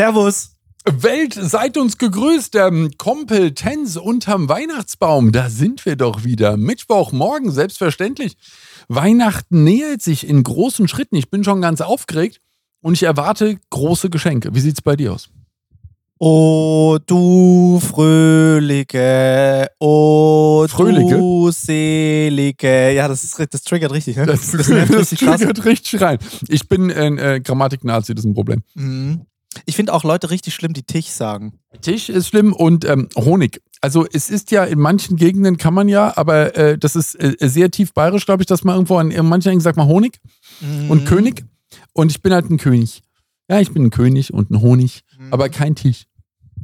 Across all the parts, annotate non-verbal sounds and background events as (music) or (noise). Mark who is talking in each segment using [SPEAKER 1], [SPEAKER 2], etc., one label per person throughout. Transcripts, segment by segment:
[SPEAKER 1] Servus.
[SPEAKER 2] Welt, seid uns gegrüßt, ähm, Kompetenz unterm Weihnachtsbaum. Da sind wir doch wieder. Mittwochmorgen, selbstverständlich. Weihnachten nähert sich in großen Schritten. Ich bin schon ganz aufgeregt und ich erwarte große Geschenke. Wie sieht's bei dir aus?
[SPEAKER 1] O du Fröhliche, o
[SPEAKER 2] Fröhliche?
[SPEAKER 1] du Selige. Ja, das, ist, ri- das triggert richtig, ne? nervt
[SPEAKER 2] (laughs) das triggert richtig rein. Ich bin ein äh, Grammatik-Nazi, das ist ein Problem.
[SPEAKER 1] Mhm. Ich finde auch Leute richtig schlimm, die Tich sagen.
[SPEAKER 2] Tisch ist schlimm und ähm, Honig. Also es ist ja in manchen Gegenden kann man ja, aber äh, das ist äh, sehr tief bayerisch, glaube ich, dass man irgendwo an in manchen Ecken sagt man Honig und
[SPEAKER 1] Mhm.
[SPEAKER 2] König. Und ich bin halt ein König. Ja, ich bin ein König und ein Honig,
[SPEAKER 1] Mhm.
[SPEAKER 2] aber kein Tisch.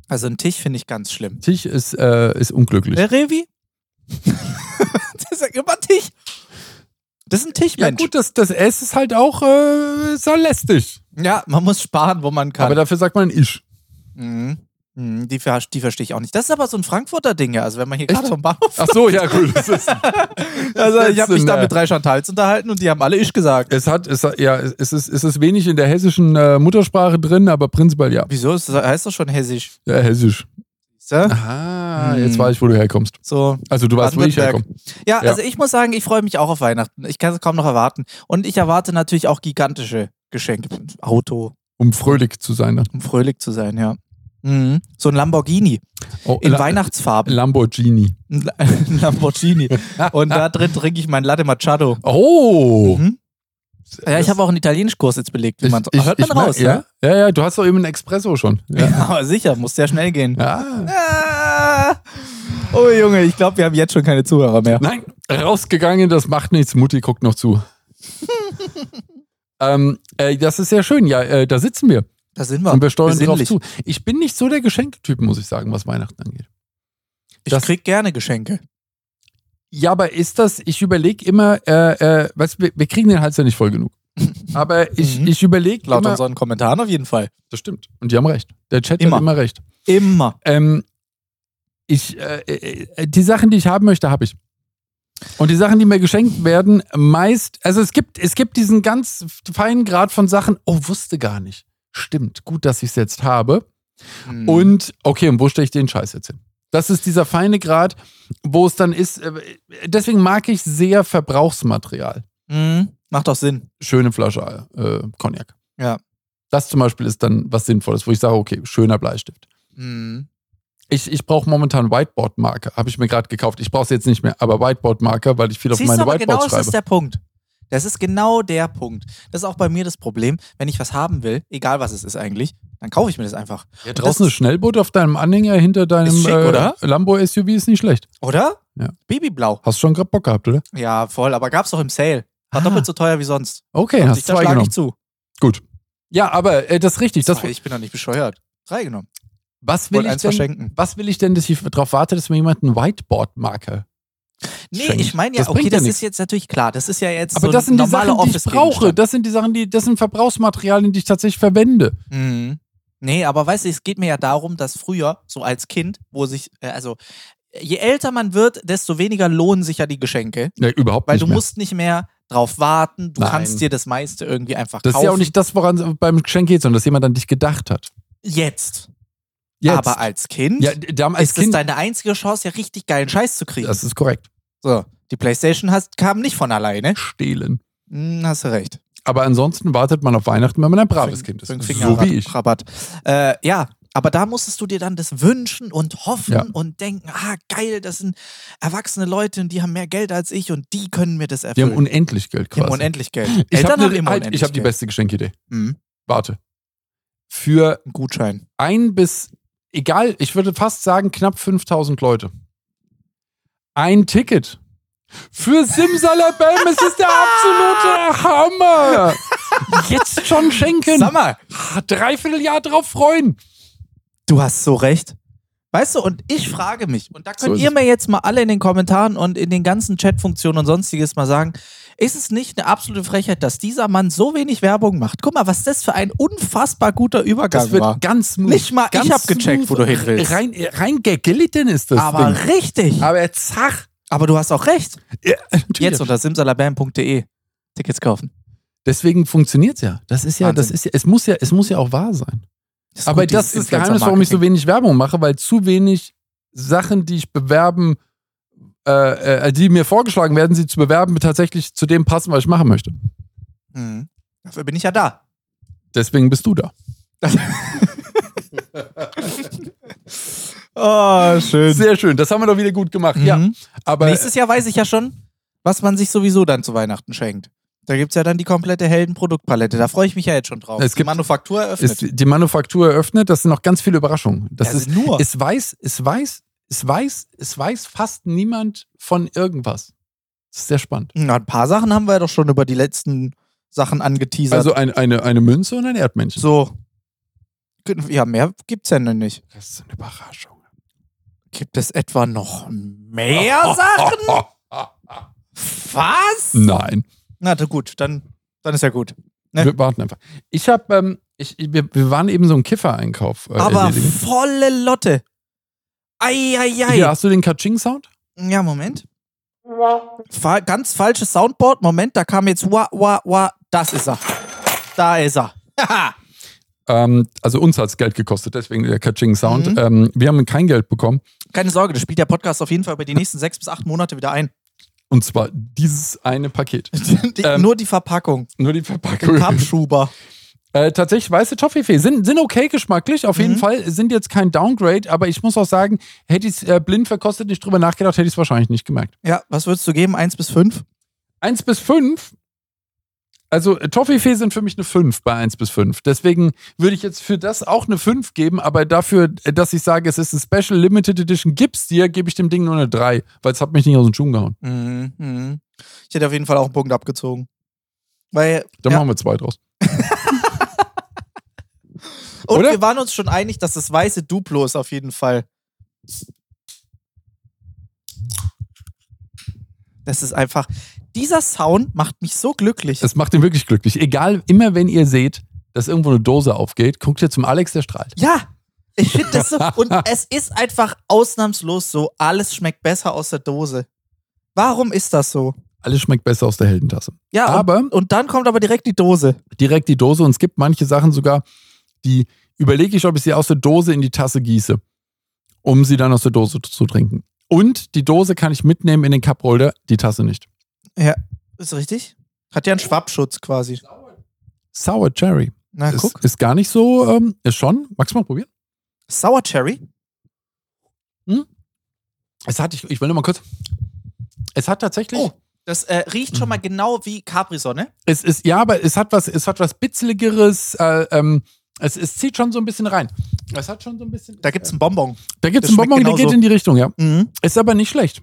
[SPEAKER 1] Also ein Tich finde ich ganz schlimm.
[SPEAKER 2] Tisch ist, äh, ist unglücklich.
[SPEAKER 1] Der Revi? (laughs) der sagt immer Tich. Das ist ein
[SPEAKER 2] Ja
[SPEAKER 1] Tichmensch.
[SPEAKER 2] gut, das, das S ist halt auch äh, sehr lästig.
[SPEAKER 1] Ja, man muss sparen, wo man kann.
[SPEAKER 2] Aber dafür sagt man Ich.
[SPEAKER 1] Mhm. Mhm, Die, ver die verstehe ich auch nicht. Das ist aber so ein Frankfurter Ding, ja. Also wenn man hier gerade vom Bahnhof.
[SPEAKER 2] Ach so, ja gut. Das ist,
[SPEAKER 1] Also ich habe mich
[SPEAKER 2] ist
[SPEAKER 1] da
[SPEAKER 2] ein,
[SPEAKER 1] mit
[SPEAKER 2] äh,
[SPEAKER 1] drei Chantals unterhalten und die haben alle ich gesagt.
[SPEAKER 2] (laughs) es hat, es hat, ja, es ist, es ist wenig in der hessischen äh, Muttersprache drin, aber prinzipiell ja.
[SPEAKER 1] Wieso? Ist das, heißt das schon hessisch?
[SPEAKER 2] Ja, hessisch.
[SPEAKER 1] Siehst du?
[SPEAKER 2] Ah,
[SPEAKER 1] Hm.
[SPEAKER 2] jetzt weiß ich, wo du herkommst.
[SPEAKER 1] So.
[SPEAKER 2] Also du weißt, wo ich
[SPEAKER 1] Baden-Württemberg.
[SPEAKER 2] herkomme.
[SPEAKER 1] Ja,
[SPEAKER 2] Ja.
[SPEAKER 1] also ich muss sagen, ich freue mich auch auf Weihnachten. Ich kann es kaum noch erwarten. Und ich erwarte natürlich auch gigantische Geschenke. Auto,
[SPEAKER 2] Um fröhlich zu sein. Ne?
[SPEAKER 1] um fröhlich zu sein, ja. Mhm. So ein Lamborghini
[SPEAKER 2] Oh,
[SPEAKER 1] in
[SPEAKER 2] La-
[SPEAKER 1] Weihnachtsfarben.
[SPEAKER 2] Lamborghini.
[SPEAKER 1] Ein La- (laughs) ein Lamborghini. und da drin trinke ich mein Latte Machado.
[SPEAKER 2] Oh!
[SPEAKER 1] Mhm. Ja, ich habe auch einen Italienischkurs jetzt belegt. Wie
[SPEAKER 2] Ich-
[SPEAKER 1] man
[SPEAKER 2] ich-
[SPEAKER 1] hört man
[SPEAKER 2] ich
[SPEAKER 1] raus,
[SPEAKER 2] merk- ja? ja, ja, du hast doch eben einen Espresso schon.
[SPEAKER 1] (laughs) ne?
[SPEAKER 2] Ja.
[SPEAKER 1] Aber sicher, muss sehr schnell gehen.
[SPEAKER 2] ja.
[SPEAKER 1] Ah. (laughs) Oh Junge, ich glaube, wir haben jetzt schon keine Zuhörer mehr.
[SPEAKER 2] Nein, rausgegangen, das macht nichts. Mutti guckt
[SPEAKER 1] (laughs)
[SPEAKER 2] noch zu. ähm, äh, das ist sehr schön. Ja, äh, da sitzen wir
[SPEAKER 1] Da sind wir.
[SPEAKER 2] und wir steuern drauf
[SPEAKER 1] Besinnlich.
[SPEAKER 2] zu. Ich bin nicht so der Geschenketyp, muss ich sagen, was Weihnachten angeht.
[SPEAKER 1] Ich
[SPEAKER 2] Das-
[SPEAKER 1] krieg gerne Geschenke.
[SPEAKER 2] Ja, aber ist das, ich überlege immer, äh, äh, weißt, du, wir, wir kriegen den Hals ja nicht
[SPEAKER 1] (laughs)
[SPEAKER 2] voll genug. Aber ich,
[SPEAKER 1] Mhm.
[SPEAKER 2] ich überlege
[SPEAKER 1] Laut
[SPEAKER 2] immer,
[SPEAKER 1] unseren Kommentaren auf jeden Fall.
[SPEAKER 2] das stimmt. Und die haben recht. Der Chat
[SPEAKER 1] Immer.
[SPEAKER 2] hat immer recht.
[SPEAKER 1] Immer.
[SPEAKER 2] Ähm, ich, äh, äh, die Sachen, die ich haben möchte, habe ich. Und die Sachen, die mir geschenkt werden, meist, also es gibt, es gibt diesen ganz feinen Grad von Sachen, oh, wusste gar nicht. Stimmt, gut, dass ich es jetzt habe.
[SPEAKER 1] Mhm. Hm.
[SPEAKER 2] Und okay, und wo stelle ich den Scheiß jetzt hin? Das ist dieser feine Grad, wo es dann ist. äh, Deswegen mag ich sehr Verbrauchsmaterial.
[SPEAKER 1] Mhm. Macht doch Sinn.
[SPEAKER 2] Schöne Flasche äh, Cognac.
[SPEAKER 1] Ja.
[SPEAKER 2] Das zum Beispiel ist dann was Sinnvolles, wo ich sage, okay, schöner Bleistift.
[SPEAKER 1] Mhm.
[SPEAKER 2] Ich, ich brauche momentan Whiteboard-Marker, habe ich mir gerade gekauft. Ich brauche es jetzt nicht mehr, aber Whiteboard-Marker, weil ich viel auf
[SPEAKER 1] Siehst du,
[SPEAKER 2] meine
[SPEAKER 1] aber genau
[SPEAKER 2] Whiteboards
[SPEAKER 1] das ist
[SPEAKER 2] schreibe.
[SPEAKER 1] der Punkt. Das ist genau der Punkt. Das ist auch bei mir das Problem. Wenn ich was haben will, egal was es ist eigentlich, dann kaufe ich mir das einfach.
[SPEAKER 2] Ja,
[SPEAKER 1] das
[SPEAKER 2] draußen
[SPEAKER 1] ist-
[SPEAKER 2] ein Schnellboot auf deinem Anhänger hinter deinem äh,
[SPEAKER 1] Ist schick, oder?
[SPEAKER 2] Lambo-SUV ist nicht schlecht.
[SPEAKER 1] Oder?
[SPEAKER 2] Ja.
[SPEAKER 1] Babyblau.
[SPEAKER 2] Hast schon gerade Bock gehabt, oder?
[SPEAKER 1] Ja, voll. Aber gab's doch im Sale. War
[SPEAKER 2] Ah.
[SPEAKER 1] doppelt so teuer wie sonst.
[SPEAKER 2] Okay,
[SPEAKER 1] Und
[SPEAKER 2] hast
[SPEAKER 1] ich, da
[SPEAKER 2] zwei
[SPEAKER 1] schlage ich
[SPEAKER 2] genommen.
[SPEAKER 1] zu.
[SPEAKER 2] Ja, aber äh, das ist richtig. Das,
[SPEAKER 1] Zwei, ich bin doch nicht bescheuert. Drei genommen.
[SPEAKER 2] was will
[SPEAKER 1] Wollte
[SPEAKER 2] ich
[SPEAKER 1] eins
[SPEAKER 2] denn
[SPEAKER 1] verschenken.
[SPEAKER 2] was will ich denn, dass ich darauf warte, dass mir jemand einen Whiteboard-Marker.
[SPEAKER 1] Nee,
[SPEAKER 2] schenkt.
[SPEAKER 1] ich meine ja,
[SPEAKER 2] Das
[SPEAKER 1] okay,
[SPEAKER 2] bringt ja
[SPEAKER 1] das
[SPEAKER 2] nichts.
[SPEAKER 1] ist jetzt natürlich klar. Das ist ja jetzt
[SPEAKER 2] Aber
[SPEAKER 1] so
[SPEAKER 2] das
[SPEAKER 1] ein
[SPEAKER 2] sind die
[SPEAKER 1] normaler
[SPEAKER 2] Sachen, die ich brauche.
[SPEAKER 1] Office-Gegenstand.
[SPEAKER 2] Das sind die Sachen, die, das sind Verbrauchsmaterialien, die ich tatsächlich verwende.
[SPEAKER 1] Mhm. Nee, aber weißt du, es geht mir ja darum, dass früher, so als Kind, wo sich, äh, also je älter man wird, desto weniger lohnen sich ja die Geschenke,
[SPEAKER 2] Nee, Ne, überhaupt
[SPEAKER 1] weil
[SPEAKER 2] nicht.
[SPEAKER 1] du
[SPEAKER 2] mehr.
[SPEAKER 1] musst nicht mehr drauf warten, du
[SPEAKER 2] Nein.
[SPEAKER 1] kannst dir das meiste irgendwie einfach
[SPEAKER 2] das ist
[SPEAKER 1] kaufen.
[SPEAKER 2] ja auch nicht das, woran es beim Geschenk geht, sondern dass jemand an dich gedacht hat.
[SPEAKER 1] jetzt.
[SPEAKER 2] Jetzt.
[SPEAKER 1] Aber als Kind
[SPEAKER 2] ja, d- da haben als
[SPEAKER 1] ist
[SPEAKER 2] Kind.
[SPEAKER 1] das deine einzige Chance, ja richtig geilen Scheiß zu kriegen.
[SPEAKER 2] Das ist korrekt.
[SPEAKER 1] so, die Playstation hast, kam nicht von alleine.
[SPEAKER 2] Stehlen.
[SPEAKER 1] Hm, hast du recht.
[SPEAKER 2] Aber ansonsten wartet man auf Weihnachten, wenn man ein braves
[SPEAKER 1] Fing-
[SPEAKER 2] Kind ist.
[SPEAKER 1] Fing-
[SPEAKER 2] So
[SPEAKER 1] Fingerrabatt-
[SPEAKER 2] wie ich.
[SPEAKER 1] Rabatt. Äh, ja, aber da musstest du dir dann das wünschen und hoffen
[SPEAKER 2] Ja.
[SPEAKER 1] und denken, ah geil, das sind erwachsene Leute und die haben mehr Geld als ich und die können mir das
[SPEAKER 2] Die haben
[SPEAKER 1] erfüllen.
[SPEAKER 2] unendlich Geld
[SPEAKER 1] Die haben
[SPEAKER 2] quasi.
[SPEAKER 1] unendlich Geld.
[SPEAKER 2] ich
[SPEAKER 1] Eltern
[SPEAKER 2] habe
[SPEAKER 1] haben immer
[SPEAKER 2] halt,
[SPEAKER 1] unendlich
[SPEAKER 2] ich hab die
[SPEAKER 1] Geld.
[SPEAKER 2] beste Geschenkidee.
[SPEAKER 1] Mhm.
[SPEAKER 2] Warte. Für
[SPEAKER 1] Ein Gutschein.
[SPEAKER 2] ein bis, egal, ich würde fast sagen, knapp 5000 Leute. Ein Ticket. Für Simsalabam, es ist der
[SPEAKER 1] (laughs)
[SPEAKER 2] absolute Hammer. Jetzt schon schenken.
[SPEAKER 1] Sag mal,
[SPEAKER 2] Dreiviertel Jahr drauf freuen.
[SPEAKER 1] du hast so recht. Weißt du, und ich frage mich, und da
[SPEAKER 2] So
[SPEAKER 1] könnt
[SPEAKER 2] ist
[SPEAKER 1] ihr
[SPEAKER 2] es.
[SPEAKER 1] mir jetzt mal alle in den Kommentaren und in den ganzen Chatfunktionen und sonstiges mal sagen, ist es nicht eine absolute Frechheit, dass dieser Mann so wenig Werbung macht? Guck mal, was das für ein unfassbar guter Übergang
[SPEAKER 2] Das wird
[SPEAKER 1] war.
[SPEAKER 2] ganz smooth.
[SPEAKER 1] Nicht mal ich
[SPEAKER 2] ganz
[SPEAKER 1] hab gecheckt, wo du
[SPEAKER 2] smooth.
[SPEAKER 1] hin willst.
[SPEAKER 2] Rein, rein geglitten ist das
[SPEAKER 1] Aber
[SPEAKER 2] Ding.
[SPEAKER 1] richtig.
[SPEAKER 2] Aber zach.
[SPEAKER 1] Aber du hast auch recht. Jetzt
[SPEAKER 2] Jetzt und
[SPEAKER 1] unter simsalabam.de Tickets kaufen.
[SPEAKER 2] Deswegen funktioniert's ja. Das ist ja, das
[SPEAKER 1] Wahnsinn.
[SPEAKER 2] ist ja, es muss ja, es muss ja auch wahr sein.
[SPEAKER 1] ist
[SPEAKER 2] Aber
[SPEAKER 1] gut,
[SPEAKER 2] das
[SPEAKER 1] dieses
[SPEAKER 2] ist das Geheimnis, warum ich so
[SPEAKER 1] Influencer-Marketing.
[SPEAKER 2] wenig Werbung mache, weil zu wenig Sachen, die ich bewerben, äh, äh, die mir vorgeschlagen werden, sie zu bewerben, tatsächlich zu dem passen, was ich machen möchte.
[SPEAKER 1] Mhm. Dafür bin ich ja da.
[SPEAKER 2] Deswegen bist du da.
[SPEAKER 1] Oh, schön.
[SPEAKER 2] Sehr Ah, schön, das haben wir doch wieder gut gemacht. Ja,
[SPEAKER 1] Mhm.
[SPEAKER 2] aber
[SPEAKER 1] Nächstes Jahr weiß ich ja schon, was man sich sowieso dann zu Weihnachten schenkt. Da gibt es ja dann die komplette Helden-Produktpalette. Da freue ich mich ja jetzt schon drauf.
[SPEAKER 2] Es
[SPEAKER 1] die
[SPEAKER 2] gibt-
[SPEAKER 1] Manufaktur
[SPEAKER 2] ist
[SPEAKER 1] eröffnet.
[SPEAKER 2] die Manufaktur eröffnet, das sind noch ganz viele Überraschungen. Das
[SPEAKER 1] Also
[SPEAKER 2] ist
[SPEAKER 1] nur.
[SPEAKER 2] es weiß, es weiß, es weiß, es weiß fast niemand von irgendwas. Das ist sehr spannend.
[SPEAKER 1] Na, ein paar Sachen haben wir doch schon über die letzten Sachen angeteasert.
[SPEAKER 2] Also ein, eine, eine Münze und ein Erdmännchen.
[SPEAKER 1] so. Ja, mehr gibt's ja noch nicht.
[SPEAKER 2] Das ist eine Überraschung.
[SPEAKER 1] Gibt es etwa noch mehr Sachen? Was?
[SPEAKER 2] Oh, Nein.
[SPEAKER 1] Na na gut, dann, dann ist ja gut. Ne?
[SPEAKER 2] Wir warten einfach. Ich habe, ähm, ich, ich- wir, wir waren eben so ein Kiffer-Einkauf. Äh,
[SPEAKER 1] Aber
[SPEAKER 2] erledigen.
[SPEAKER 1] volle Lotte. Eieiei.
[SPEAKER 2] Hier, hast du den Katsching-Sound?
[SPEAKER 1] Ja, Moment. Fa ganz falsches Soundboard. Moment, da kam jetzt wa, wa, wa. Das ist er. Da ist er. Haha.
[SPEAKER 2] Ähm, also uns hat es Geld gekostet, deswegen der Katsching-Sound.
[SPEAKER 1] Mhm.
[SPEAKER 2] Ähm, wir haben kein Geld bekommen.
[SPEAKER 1] Keine Sorge, das spielt der Podcast auf jeden Fall über die nächsten sechs bis acht Monate wieder ein. (laughs)
[SPEAKER 2] Und zwar dieses eine Paket.
[SPEAKER 1] Die,
[SPEAKER 2] Ähm. Ah,
[SPEAKER 1] nur die Verpackung.
[SPEAKER 2] Nur die Verpackung.
[SPEAKER 1] Pappschuber.
[SPEAKER 2] Äh, tatsächlich weiße Toffifee sind, sind okay geschmacklich, auf jeden
[SPEAKER 1] Mhm.
[SPEAKER 2] Fall, sind jetzt kein Downgrade, aber ich muss auch sagen, hätte ich es äh, blind verkostet, nicht drüber nachgedacht, hätte ich es wahrscheinlich nicht gemerkt.
[SPEAKER 1] Ja, was würdest du geben? Eins bis fünf?
[SPEAKER 2] Eins bis fünf, also äh, Toffifee sind für mich eine fünf bei eins bis fünf. Deswegen würde ich jetzt für das auch eine fünf geben, aber dafür, äh, dass ich sage, es ist ein Special Limited Edition, gibt's dir, gebe ich dem Ding nur eine drei, weil es hat mich nicht aus den Schuhen gehauen.
[SPEAKER 1] Mhm. Mhm. Ich hätte auf jeden Fall auch einen Punkt abgezogen. Weil,
[SPEAKER 2] Da
[SPEAKER 1] ja.
[SPEAKER 2] machen wir zwei draus.
[SPEAKER 1] und
[SPEAKER 2] oder?
[SPEAKER 1] wir waren uns schon einig, dass das weiße Duplo ist auf jeden Fall. Das ist einfach, dieser Sound macht mich so glücklich.
[SPEAKER 2] Das macht ihn wirklich glücklich. Egal, immer wenn ihr seht, dass irgendwo eine Dose aufgeht, guckt ihr zum Alex, der strahlt.
[SPEAKER 1] Ja, ich finde das
[SPEAKER 2] (laughs)
[SPEAKER 1] so. Und es ist einfach ausnahmslos so. Alles schmeckt besser aus der Dose. Warum ist das so?
[SPEAKER 2] Alles schmeckt besser aus der Heldentasse.
[SPEAKER 1] Ja,
[SPEAKER 2] Aber-
[SPEAKER 1] und, und dann kommt aber direkt die Dose.
[SPEAKER 2] direkt die Dose und es gibt manche Sachen sogar, die überlege ich, ob ich sie aus der Dose in die Tasse gieße, um sie dann aus der Dose zu trinken. Und die Dose kann ich mitnehmen in den Cupholder, die Tasse nicht.
[SPEAKER 1] Ist richtig? Hat ja einen Schwappschutz quasi.
[SPEAKER 2] Sour Cherry.
[SPEAKER 1] Na,
[SPEAKER 2] ist,
[SPEAKER 1] guck.
[SPEAKER 2] ist gar nicht so, ähm, ist schon. Magst du mal probieren?
[SPEAKER 1] Sour Cherry.
[SPEAKER 2] Es hat, ich, ich will nur mal kurz. Es hat tatsächlich.
[SPEAKER 1] Oh. Das äh, riecht
[SPEAKER 2] Mhm.
[SPEAKER 1] schon mal genau wie Capri-Sonne.
[SPEAKER 2] Es ist, ja, aber es hat was, es hat was Bitzeligeres, äh, ähm, es, es zieht schon so ein bisschen rein. Es hat schon so ein bisschen. äh,
[SPEAKER 1] Da gibt's einen Bonbon.
[SPEAKER 2] da gibt's
[SPEAKER 1] das
[SPEAKER 2] einen
[SPEAKER 1] schmeckt
[SPEAKER 2] Bonbon, der
[SPEAKER 1] genauso.
[SPEAKER 2] geht in die Richtung, ja.
[SPEAKER 1] Mhm.
[SPEAKER 2] Ist aber nicht schlecht.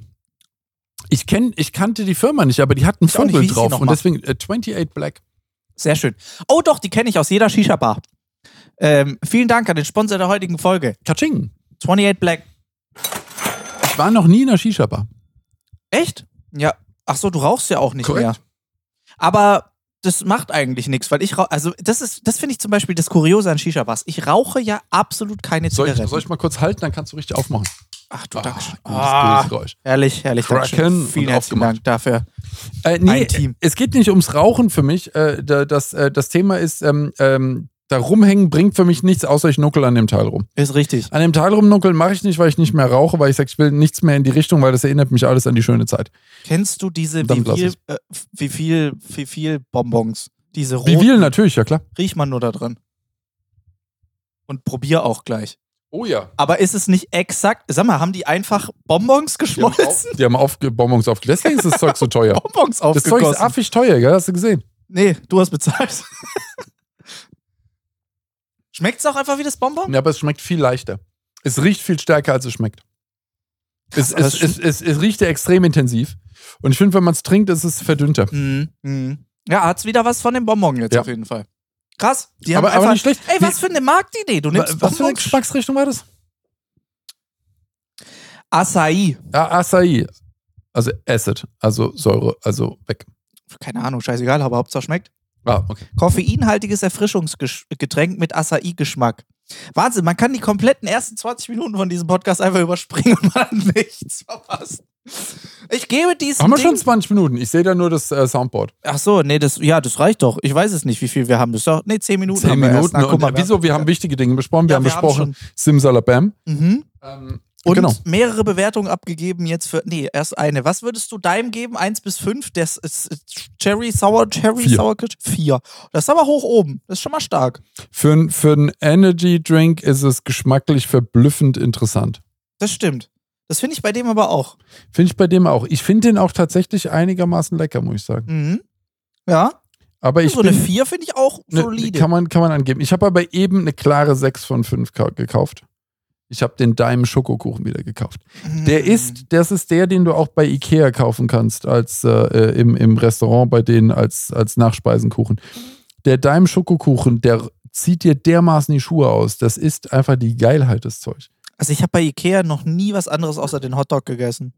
[SPEAKER 2] Ich, kenn, ich kannte die Firma nicht, aber die hat einen
[SPEAKER 1] Ich auch nicht,
[SPEAKER 2] Vogel
[SPEAKER 1] wie hieß die
[SPEAKER 2] drauf
[SPEAKER 1] noch
[SPEAKER 2] und
[SPEAKER 1] mal?
[SPEAKER 2] deswegen äh, 28 Black.
[SPEAKER 1] Sehr schön. Oh doch, die kenne ich aus jeder Shisha-Bar. Ähm, vielen Dank an den Sponsor der heutigen Folge.
[SPEAKER 2] Katsching.
[SPEAKER 1] 28 Black.
[SPEAKER 2] Ich war noch nie in einer Shisha-Bar.
[SPEAKER 1] Echt? Ja. Ach so, du rauchst ja auch nicht
[SPEAKER 2] Korrekt.
[SPEAKER 1] mehr. Aber das macht eigentlich nichts, weil ich rauche, also das ist, das finde ich zum Beispiel das Kuriose an Shisha-Bars. Ich rauche ja absolut keine
[SPEAKER 2] Soll ich,
[SPEAKER 1] Zigaretten.
[SPEAKER 2] soll ich mal kurz halten, dann kannst du richtig aufmachen.
[SPEAKER 1] Ach du
[SPEAKER 2] Ah,
[SPEAKER 1] Dankeschön.
[SPEAKER 2] gutes,
[SPEAKER 1] Ah,
[SPEAKER 2] gutes Geräusch.
[SPEAKER 1] herrlich, herrlich.
[SPEAKER 2] Cracken
[SPEAKER 1] Dankeschön.
[SPEAKER 2] und
[SPEAKER 1] Vielen herzlichen
[SPEAKER 2] aufgemacht.
[SPEAKER 1] Dank dafür.
[SPEAKER 2] Äh, nee,
[SPEAKER 1] Ah. Ein Team.
[SPEAKER 2] Es geht nicht ums Rauchen für mich. Äh, da- das, äh, das Thema ist, ähm, ähm, da rumhängen bringt für mich nichts, außer ich nuckel an dem Teil rum.
[SPEAKER 1] Ist richtig.
[SPEAKER 2] An dem Teil rumnuckeln mache ich nicht, weil ich nicht mehr rauche, weil ich sage, ich will nichts mehr in die Richtung, weil das erinnert mich alles an die schöne Zeit.
[SPEAKER 1] Kennst du diese,
[SPEAKER 2] Dann
[SPEAKER 1] wie
[SPEAKER 2] lass
[SPEAKER 1] viel, äh, wie viel, wie viel Bonbons? Diese
[SPEAKER 2] Wie
[SPEAKER 1] roten,
[SPEAKER 2] viel? Natürlich, ja klar.
[SPEAKER 1] riech man nur da dran. Und probier auch gleich.
[SPEAKER 2] Oh ja.
[SPEAKER 1] Aber ist es nicht exakt, sag mal, haben die einfach Bonbons
[SPEAKER 2] (laughs) Die haben, auf,
[SPEAKER 1] geschmolzen? (laughs)
[SPEAKER 2] die haben auf, Bonbons aufgelöst. Deswegen ist das Zeug so teuer.
[SPEAKER 1] Bonbons
[SPEAKER 2] Das Zeug ist
[SPEAKER 1] aufgegossen.
[SPEAKER 2] affig teuer, gell? Hast du gesehen?
[SPEAKER 1] Nee, du hast bezahlt. (laughs) Schmeckt's auch einfach wie das Bonbon?
[SPEAKER 2] Ja, aber es schmeckt viel leichter. Es riecht viel stärker, als es schmeckt. Es,
[SPEAKER 1] aber
[SPEAKER 2] es,
[SPEAKER 1] das
[SPEAKER 2] es, es, es riecht ja extrem intensiv. Und ich finde, wenn man es trinkt, ist es verdünnter.
[SPEAKER 1] Mhm. Mhm. Ja, hat's wieder was von dem Bonbon jetzt
[SPEAKER 2] Hm. Ja.
[SPEAKER 1] auf jeden Fall. Krass. Die
[SPEAKER 2] aber
[SPEAKER 1] haben
[SPEAKER 2] aber
[SPEAKER 1] einfach.
[SPEAKER 2] nicht schlecht.
[SPEAKER 1] Ey, was für eine Marktidee. Du
[SPEAKER 2] Wie,
[SPEAKER 1] nimmst
[SPEAKER 2] wa- was für eine
[SPEAKER 1] Bonbons.
[SPEAKER 2] Geschmacksrichtung war das?
[SPEAKER 1] Acai.
[SPEAKER 2] Ja, Acai. Also Acid. Also Säure. Also weg.
[SPEAKER 1] Keine Ahnung, scheißegal, aber Hauptsache schmeckt.
[SPEAKER 2] Ah, okay.
[SPEAKER 1] Koffeinhaltiges Erfrischungsgetränk mit Acai-Geschmack. Wahnsinn, man kann die kompletten ersten 20 Minuten von diesem Podcast einfach überspringen und man hat nichts verpasst. Ich gebe diesem
[SPEAKER 2] Haben wir schon
[SPEAKER 1] Ding.
[SPEAKER 2] 20 Minuten? Ich sehe da nur das äh, Soundboard.
[SPEAKER 1] Ach so, nee, das, ja, das reicht doch. Ich weiß es nicht, wie viel wir haben. Das ist doch, nee, 10 Minuten
[SPEAKER 2] 10
[SPEAKER 1] haben wir erst.
[SPEAKER 2] Minuten.
[SPEAKER 1] Na, guck mal,
[SPEAKER 2] und, äh, wieso? Wir haben wichtige Dinge besprochen. Wir
[SPEAKER 1] Ja,
[SPEAKER 2] haben
[SPEAKER 1] wir haben
[SPEAKER 2] besprochen Simsalabam.
[SPEAKER 1] Mhm.
[SPEAKER 2] Ähm,
[SPEAKER 1] Und
[SPEAKER 2] genau.
[SPEAKER 1] mehrere Bewertungen abgegeben jetzt für, nee, erst eine. Was würdest du deinem geben? Eins bis fünf, das ist Cherry Sour, Cherry
[SPEAKER 2] Vier.
[SPEAKER 1] Sour Kirsch? Vier. Das ist aber hoch oben. Das ist schon mal stark.
[SPEAKER 2] Für einen für ein Energy Drink ist es geschmacklich verblüffend interessant.
[SPEAKER 1] Das stimmt. Das finde ich bei dem aber auch.
[SPEAKER 2] Finde ich bei dem auch. Ich finde den auch tatsächlich einigermaßen lecker, muss ich sagen.
[SPEAKER 1] Mhm. Ja,
[SPEAKER 2] Aber ich
[SPEAKER 1] so eine
[SPEAKER 2] bin,
[SPEAKER 1] 4 finde ich auch
[SPEAKER 2] ne,
[SPEAKER 1] solide.
[SPEAKER 2] Kann man, kann man angeben. Ich habe aber eben eine klare 6 von 5 ka- gekauft. Ich habe den Daim Schokokuchen wieder gekauft. Der
[SPEAKER 1] Mhm.
[SPEAKER 2] ist, das ist der, den du auch bei Ikea kaufen kannst, als äh, äh, im, im Restaurant bei denen als, als Nachspeisenkuchen. Der Daim Schokokuchen, der zieht dir dermaßen die Schuhe aus. Das ist einfach die Geilheit des Zeug.
[SPEAKER 1] Also ich habe bei Ikea noch nie was anderes außer den Hotdog gegessen.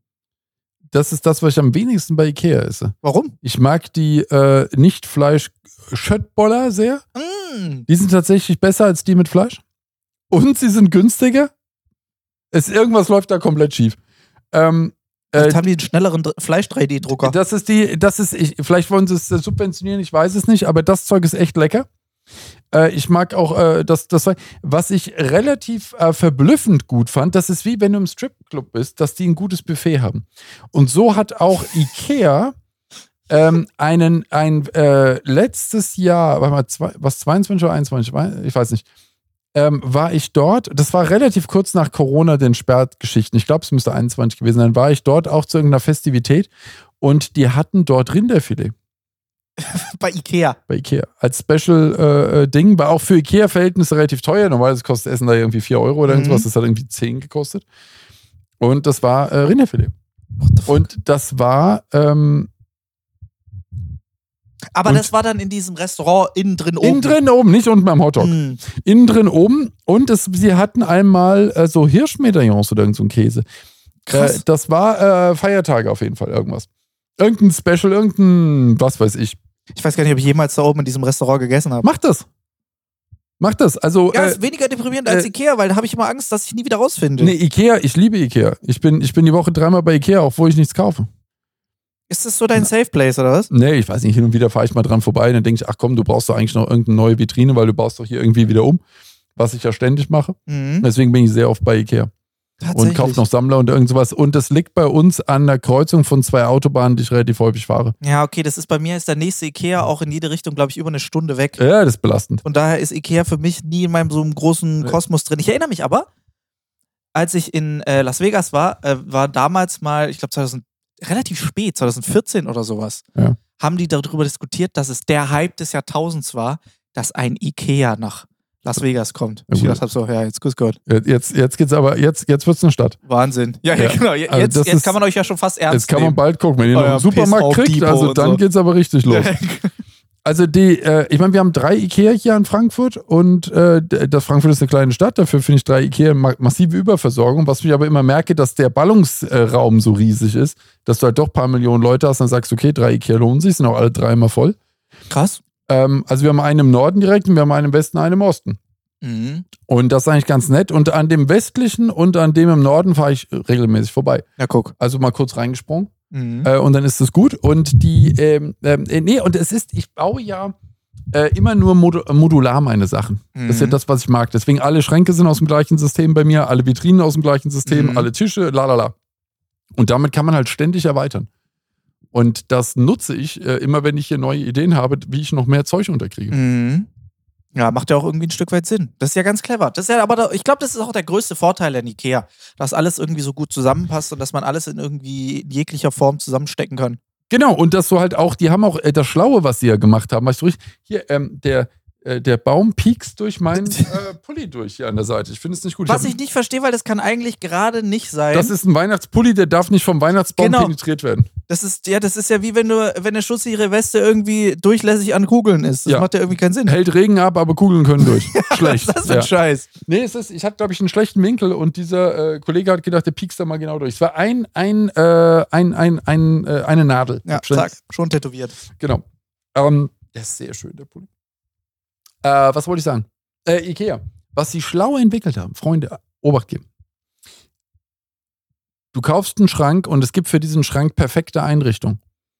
[SPEAKER 2] Das ist das, was ich am wenigsten bei Ikea esse.
[SPEAKER 1] Warum?
[SPEAKER 2] Ich mag die äh, nicht fleisch schöttboller sehr.
[SPEAKER 1] Mm.
[SPEAKER 2] Die sind tatsächlich besser als die mit Fleisch. Und sie sind günstiger. Es, irgendwas läuft da komplett schief. Ähm, äh,
[SPEAKER 1] Jetzt haben die einen schnelleren Dr- Fleisch-3D-Drucker.
[SPEAKER 2] das ist die, das ist, ich, vielleicht wollen sie es äh, subventionieren, ich weiß es nicht, aber das Zeug ist echt lecker. Äh, ich mag auch äh, das, das Zeug. Was ich relativ äh, verblüffend gut fand, das ist wie wenn du im Stripclub bist, dass die ein gutes Buffet haben. Und so hat auch Ikea ähm, einen, ein äh, letztes Jahr, warte mal, zwei, was 22 oder 21, wei- ich weiß nicht. Ähm, war ich dort, das war relativ kurz nach Corona den Sperrgeschichten, ich glaube es müsste 21 gewesen sein, war ich dort auch zu irgendeiner Festivität und die hatten dort Rinderfilet
[SPEAKER 1] Bei Ikea.
[SPEAKER 2] bei Ikea. Als Special-Ding. war auch für Ikea-Verhältnisse relativ teuer. Normalerweise kostet Essen da irgendwie 4 Euro oder
[SPEAKER 1] Mhm.
[SPEAKER 2] irgendwas. Das hat irgendwie 10 gekostet. Und das war äh, Rinderfilet.
[SPEAKER 1] What the fuck?
[SPEAKER 2] Und das war, ähm,
[SPEAKER 1] Aber
[SPEAKER 2] und-
[SPEAKER 1] das war dann in diesem Restaurant innen drin oben.
[SPEAKER 2] innen drin oben, nicht unten beim Hotdog.
[SPEAKER 1] Mm.
[SPEAKER 2] Innen drin oben. Und es, sie hatten einmal äh, so Hirschmedaillons oder irgend so einen Käse.
[SPEAKER 1] Krass.
[SPEAKER 2] Äh, das war äh, Feiertage auf jeden Fall, irgendwas. Irgendein Special, irgendein, was weiß ich.
[SPEAKER 1] Ich weiß gar nicht, ob ich jemals da oben in diesem Restaurant gegessen habe.
[SPEAKER 2] Macht das. Macht das. Also,
[SPEAKER 1] Ja,
[SPEAKER 2] äh,
[SPEAKER 1] ist weniger deprimierend als
[SPEAKER 2] äh,
[SPEAKER 1] Ikea, weil da habe ich immer Angst, dass ich nie wieder rausfinde.
[SPEAKER 2] Nee, Ikea, ich liebe Ikea. Ich bin, ich bin die Woche dreimal bei Ikea, obwohl ich nichts kaufe.
[SPEAKER 1] Ist das so dein Safe Place oder was?
[SPEAKER 2] Nee, ich weiß nicht, hin und wieder fahre ich mal dran vorbei dann denke ich, ach komm, du brauchst doch eigentlich noch irgendeine neue Vitrine, weil du baust doch hier irgendwie wieder um, was ich ja ständig mache.
[SPEAKER 1] Mhm.
[SPEAKER 2] Deswegen bin ich sehr oft bei Ikea Ne. und
[SPEAKER 1] Tatsächlich.
[SPEAKER 2] kaufe noch Sammler und irgend sowas. Und das liegt bei uns an der Kreuzung von zwei Autobahnen, die ich relativ häufig fahre.
[SPEAKER 1] Ja, okay, das ist bei mir ist der nächste Ikea auch in jede Richtung, glaube ich, über eine Stunde weg.
[SPEAKER 2] Ja, das ist belastend.
[SPEAKER 1] Und daher ist Ikea für mich nie in meinem so einem großen
[SPEAKER 2] Nee.
[SPEAKER 1] Kosmos drin. Ich erinnere mich aber, als ich in äh, Las Vegas war, äh, war damals mal, ich glaube 2000, relativ spät, 2014 oder sowas,
[SPEAKER 2] Ja.
[SPEAKER 1] haben die darüber diskutiert, dass es der Hype des Jahrtausends war, dass ein Ikea nach Las Vegas kommt.
[SPEAKER 2] Ja,
[SPEAKER 1] ich
[SPEAKER 2] gut.
[SPEAKER 1] dachte hab so, ja, jetzt grüß Gott.
[SPEAKER 2] Jetzt, jetzt geht's aber, jetzt, jetzt wird's eine Stadt.
[SPEAKER 1] Wahnsinn. Ja,
[SPEAKER 2] Ja.
[SPEAKER 1] (laughs) genau. Je-
[SPEAKER 2] Also
[SPEAKER 1] Jetzt,
[SPEAKER 2] das
[SPEAKER 1] jetzt
[SPEAKER 2] ist-
[SPEAKER 1] kann man euch ja schon fast ernst
[SPEAKER 2] Jetzt kann man
[SPEAKER 1] nehmen.
[SPEAKER 2] bald gucken, wenn ihr noch
[SPEAKER 1] Euer
[SPEAKER 2] einen Supermarkt
[SPEAKER 1] Piss auf
[SPEAKER 2] kriegt,
[SPEAKER 1] Depot
[SPEAKER 2] also
[SPEAKER 1] und
[SPEAKER 2] dann
[SPEAKER 1] so.
[SPEAKER 2] geht's aber richtig los.
[SPEAKER 1] (laughs)
[SPEAKER 2] Also die, äh, ich meine, wir haben drei Ikea hier in Frankfurt und äh, d- das Frankfurt ist eine kleine Stadt, dafür finde ich drei Ikea ma massive Überversorgung, was ich aber immer merke, dass der Ballungsraum so riesig ist, dass du halt doch ein paar Millionen Leute hast und dann sagst, okay, drei Ikea lohnen sich, sind auch alle drei immer voll.
[SPEAKER 1] Krass.
[SPEAKER 2] Ähm, also wir haben einen im Norden direkt und wir haben einen im Westen, einen im Osten.
[SPEAKER 1] Mhm.
[SPEAKER 2] Und das ist eigentlich ganz nett. Und an dem westlichen und an dem im Norden fahre ich regelmäßig vorbei.
[SPEAKER 1] Ja, guck.
[SPEAKER 2] Also mal kurz reingesprungen.
[SPEAKER 1] Mhm.
[SPEAKER 2] Äh, und dann ist es gut. Und die, ähm, ähm, äh, nee, und es ist, ich baue ja äh, immer nur modu modular meine Sachen. Das ist ja
[SPEAKER 1] Mhm.
[SPEAKER 2] das, was ich mag. Deswegen alle Schränke sind aus dem gleichen System bei mir, alle Vitrinen aus dem gleichen System,
[SPEAKER 1] Mhm.
[SPEAKER 2] alle Tische, la la la. Und damit kann man halt ständig erweitern. Und das nutze ich äh, immer, wenn ich hier neue Ideen habe, wie ich noch mehr Zeug unterkriege.
[SPEAKER 1] Mhm. Ja, macht ja auch irgendwie ein Stück weit Sinn. Das ist ja ganz clever. Das ist ja aber, da- ich glaube, das ist auch der größte Vorteil an Ikea, dass alles irgendwie so gut zusammenpasst und dass man alles in irgendwie in jeglicher Form zusammenstecken kann.
[SPEAKER 2] Genau, und dass du halt auch, die haben auch äh, das Schlaue, was sie ja gemacht haben. Weißt du, richtig, hier, ähm, der, äh, der Baum piekst
[SPEAKER 1] (laughs)
[SPEAKER 2] durch meinen äh, Pulli durch hier an der Seite. Ich finde es nicht gut.
[SPEAKER 1] Was
[SPEAKER 2] hab-
[SPEAKER 1] ich nicht verstehe, weil das kann eigentlich gerade nicht sein.
[SPEAKER 2] Das ist ein Weihnachtspulli, der darf nicht vom Weihnachtsbaum
[SPEAKER 1] Genau.
[SPEAKER 2] penetriert werden.
[SPEAKER 1] Das ist, ja, das ist ja wie wenn du, wenn eine schutzsichere Weste irgendwie durchlässig an Kugeln ist. Das
[SPEAKER 2] Ja.
[SPEAKER 1] macht ja irgendwie keinen Sinn. (laughs)
[SPEAKER 2] Hält Regen ab, aber Kugeln können durch. Schlecht.
[SPEAKER 1] Das ist ein
[SPEAKER 2] (laughs) ja.
[SPEAKER 1] Scheiß.
[SPEAKER 2] Nee, es ist, ich hatte, glaube ich, einen schlechten Winkel und dieser äh, Kollege hat gedacht, der piekst da mal genau durch. Es war ein, ein, äh, ein, ein, ein, äh, eine Nadel.
[SPEAKER 1] Ja,
[SPEAKER 2] Schnell-
[SPEAKER 1] zack, schon tätowiert.
[SPEAKER 2] Genau. Ähm, der ist sehr schön, der Pulli. Äh, was wollte ich sagen? Äh, Ikea. Was sie schlau entwickelt haben, Freunde, Obacht geben. Du kaufst einen Schrank und es gibt für diesen Schrank perfekte Einrichtung.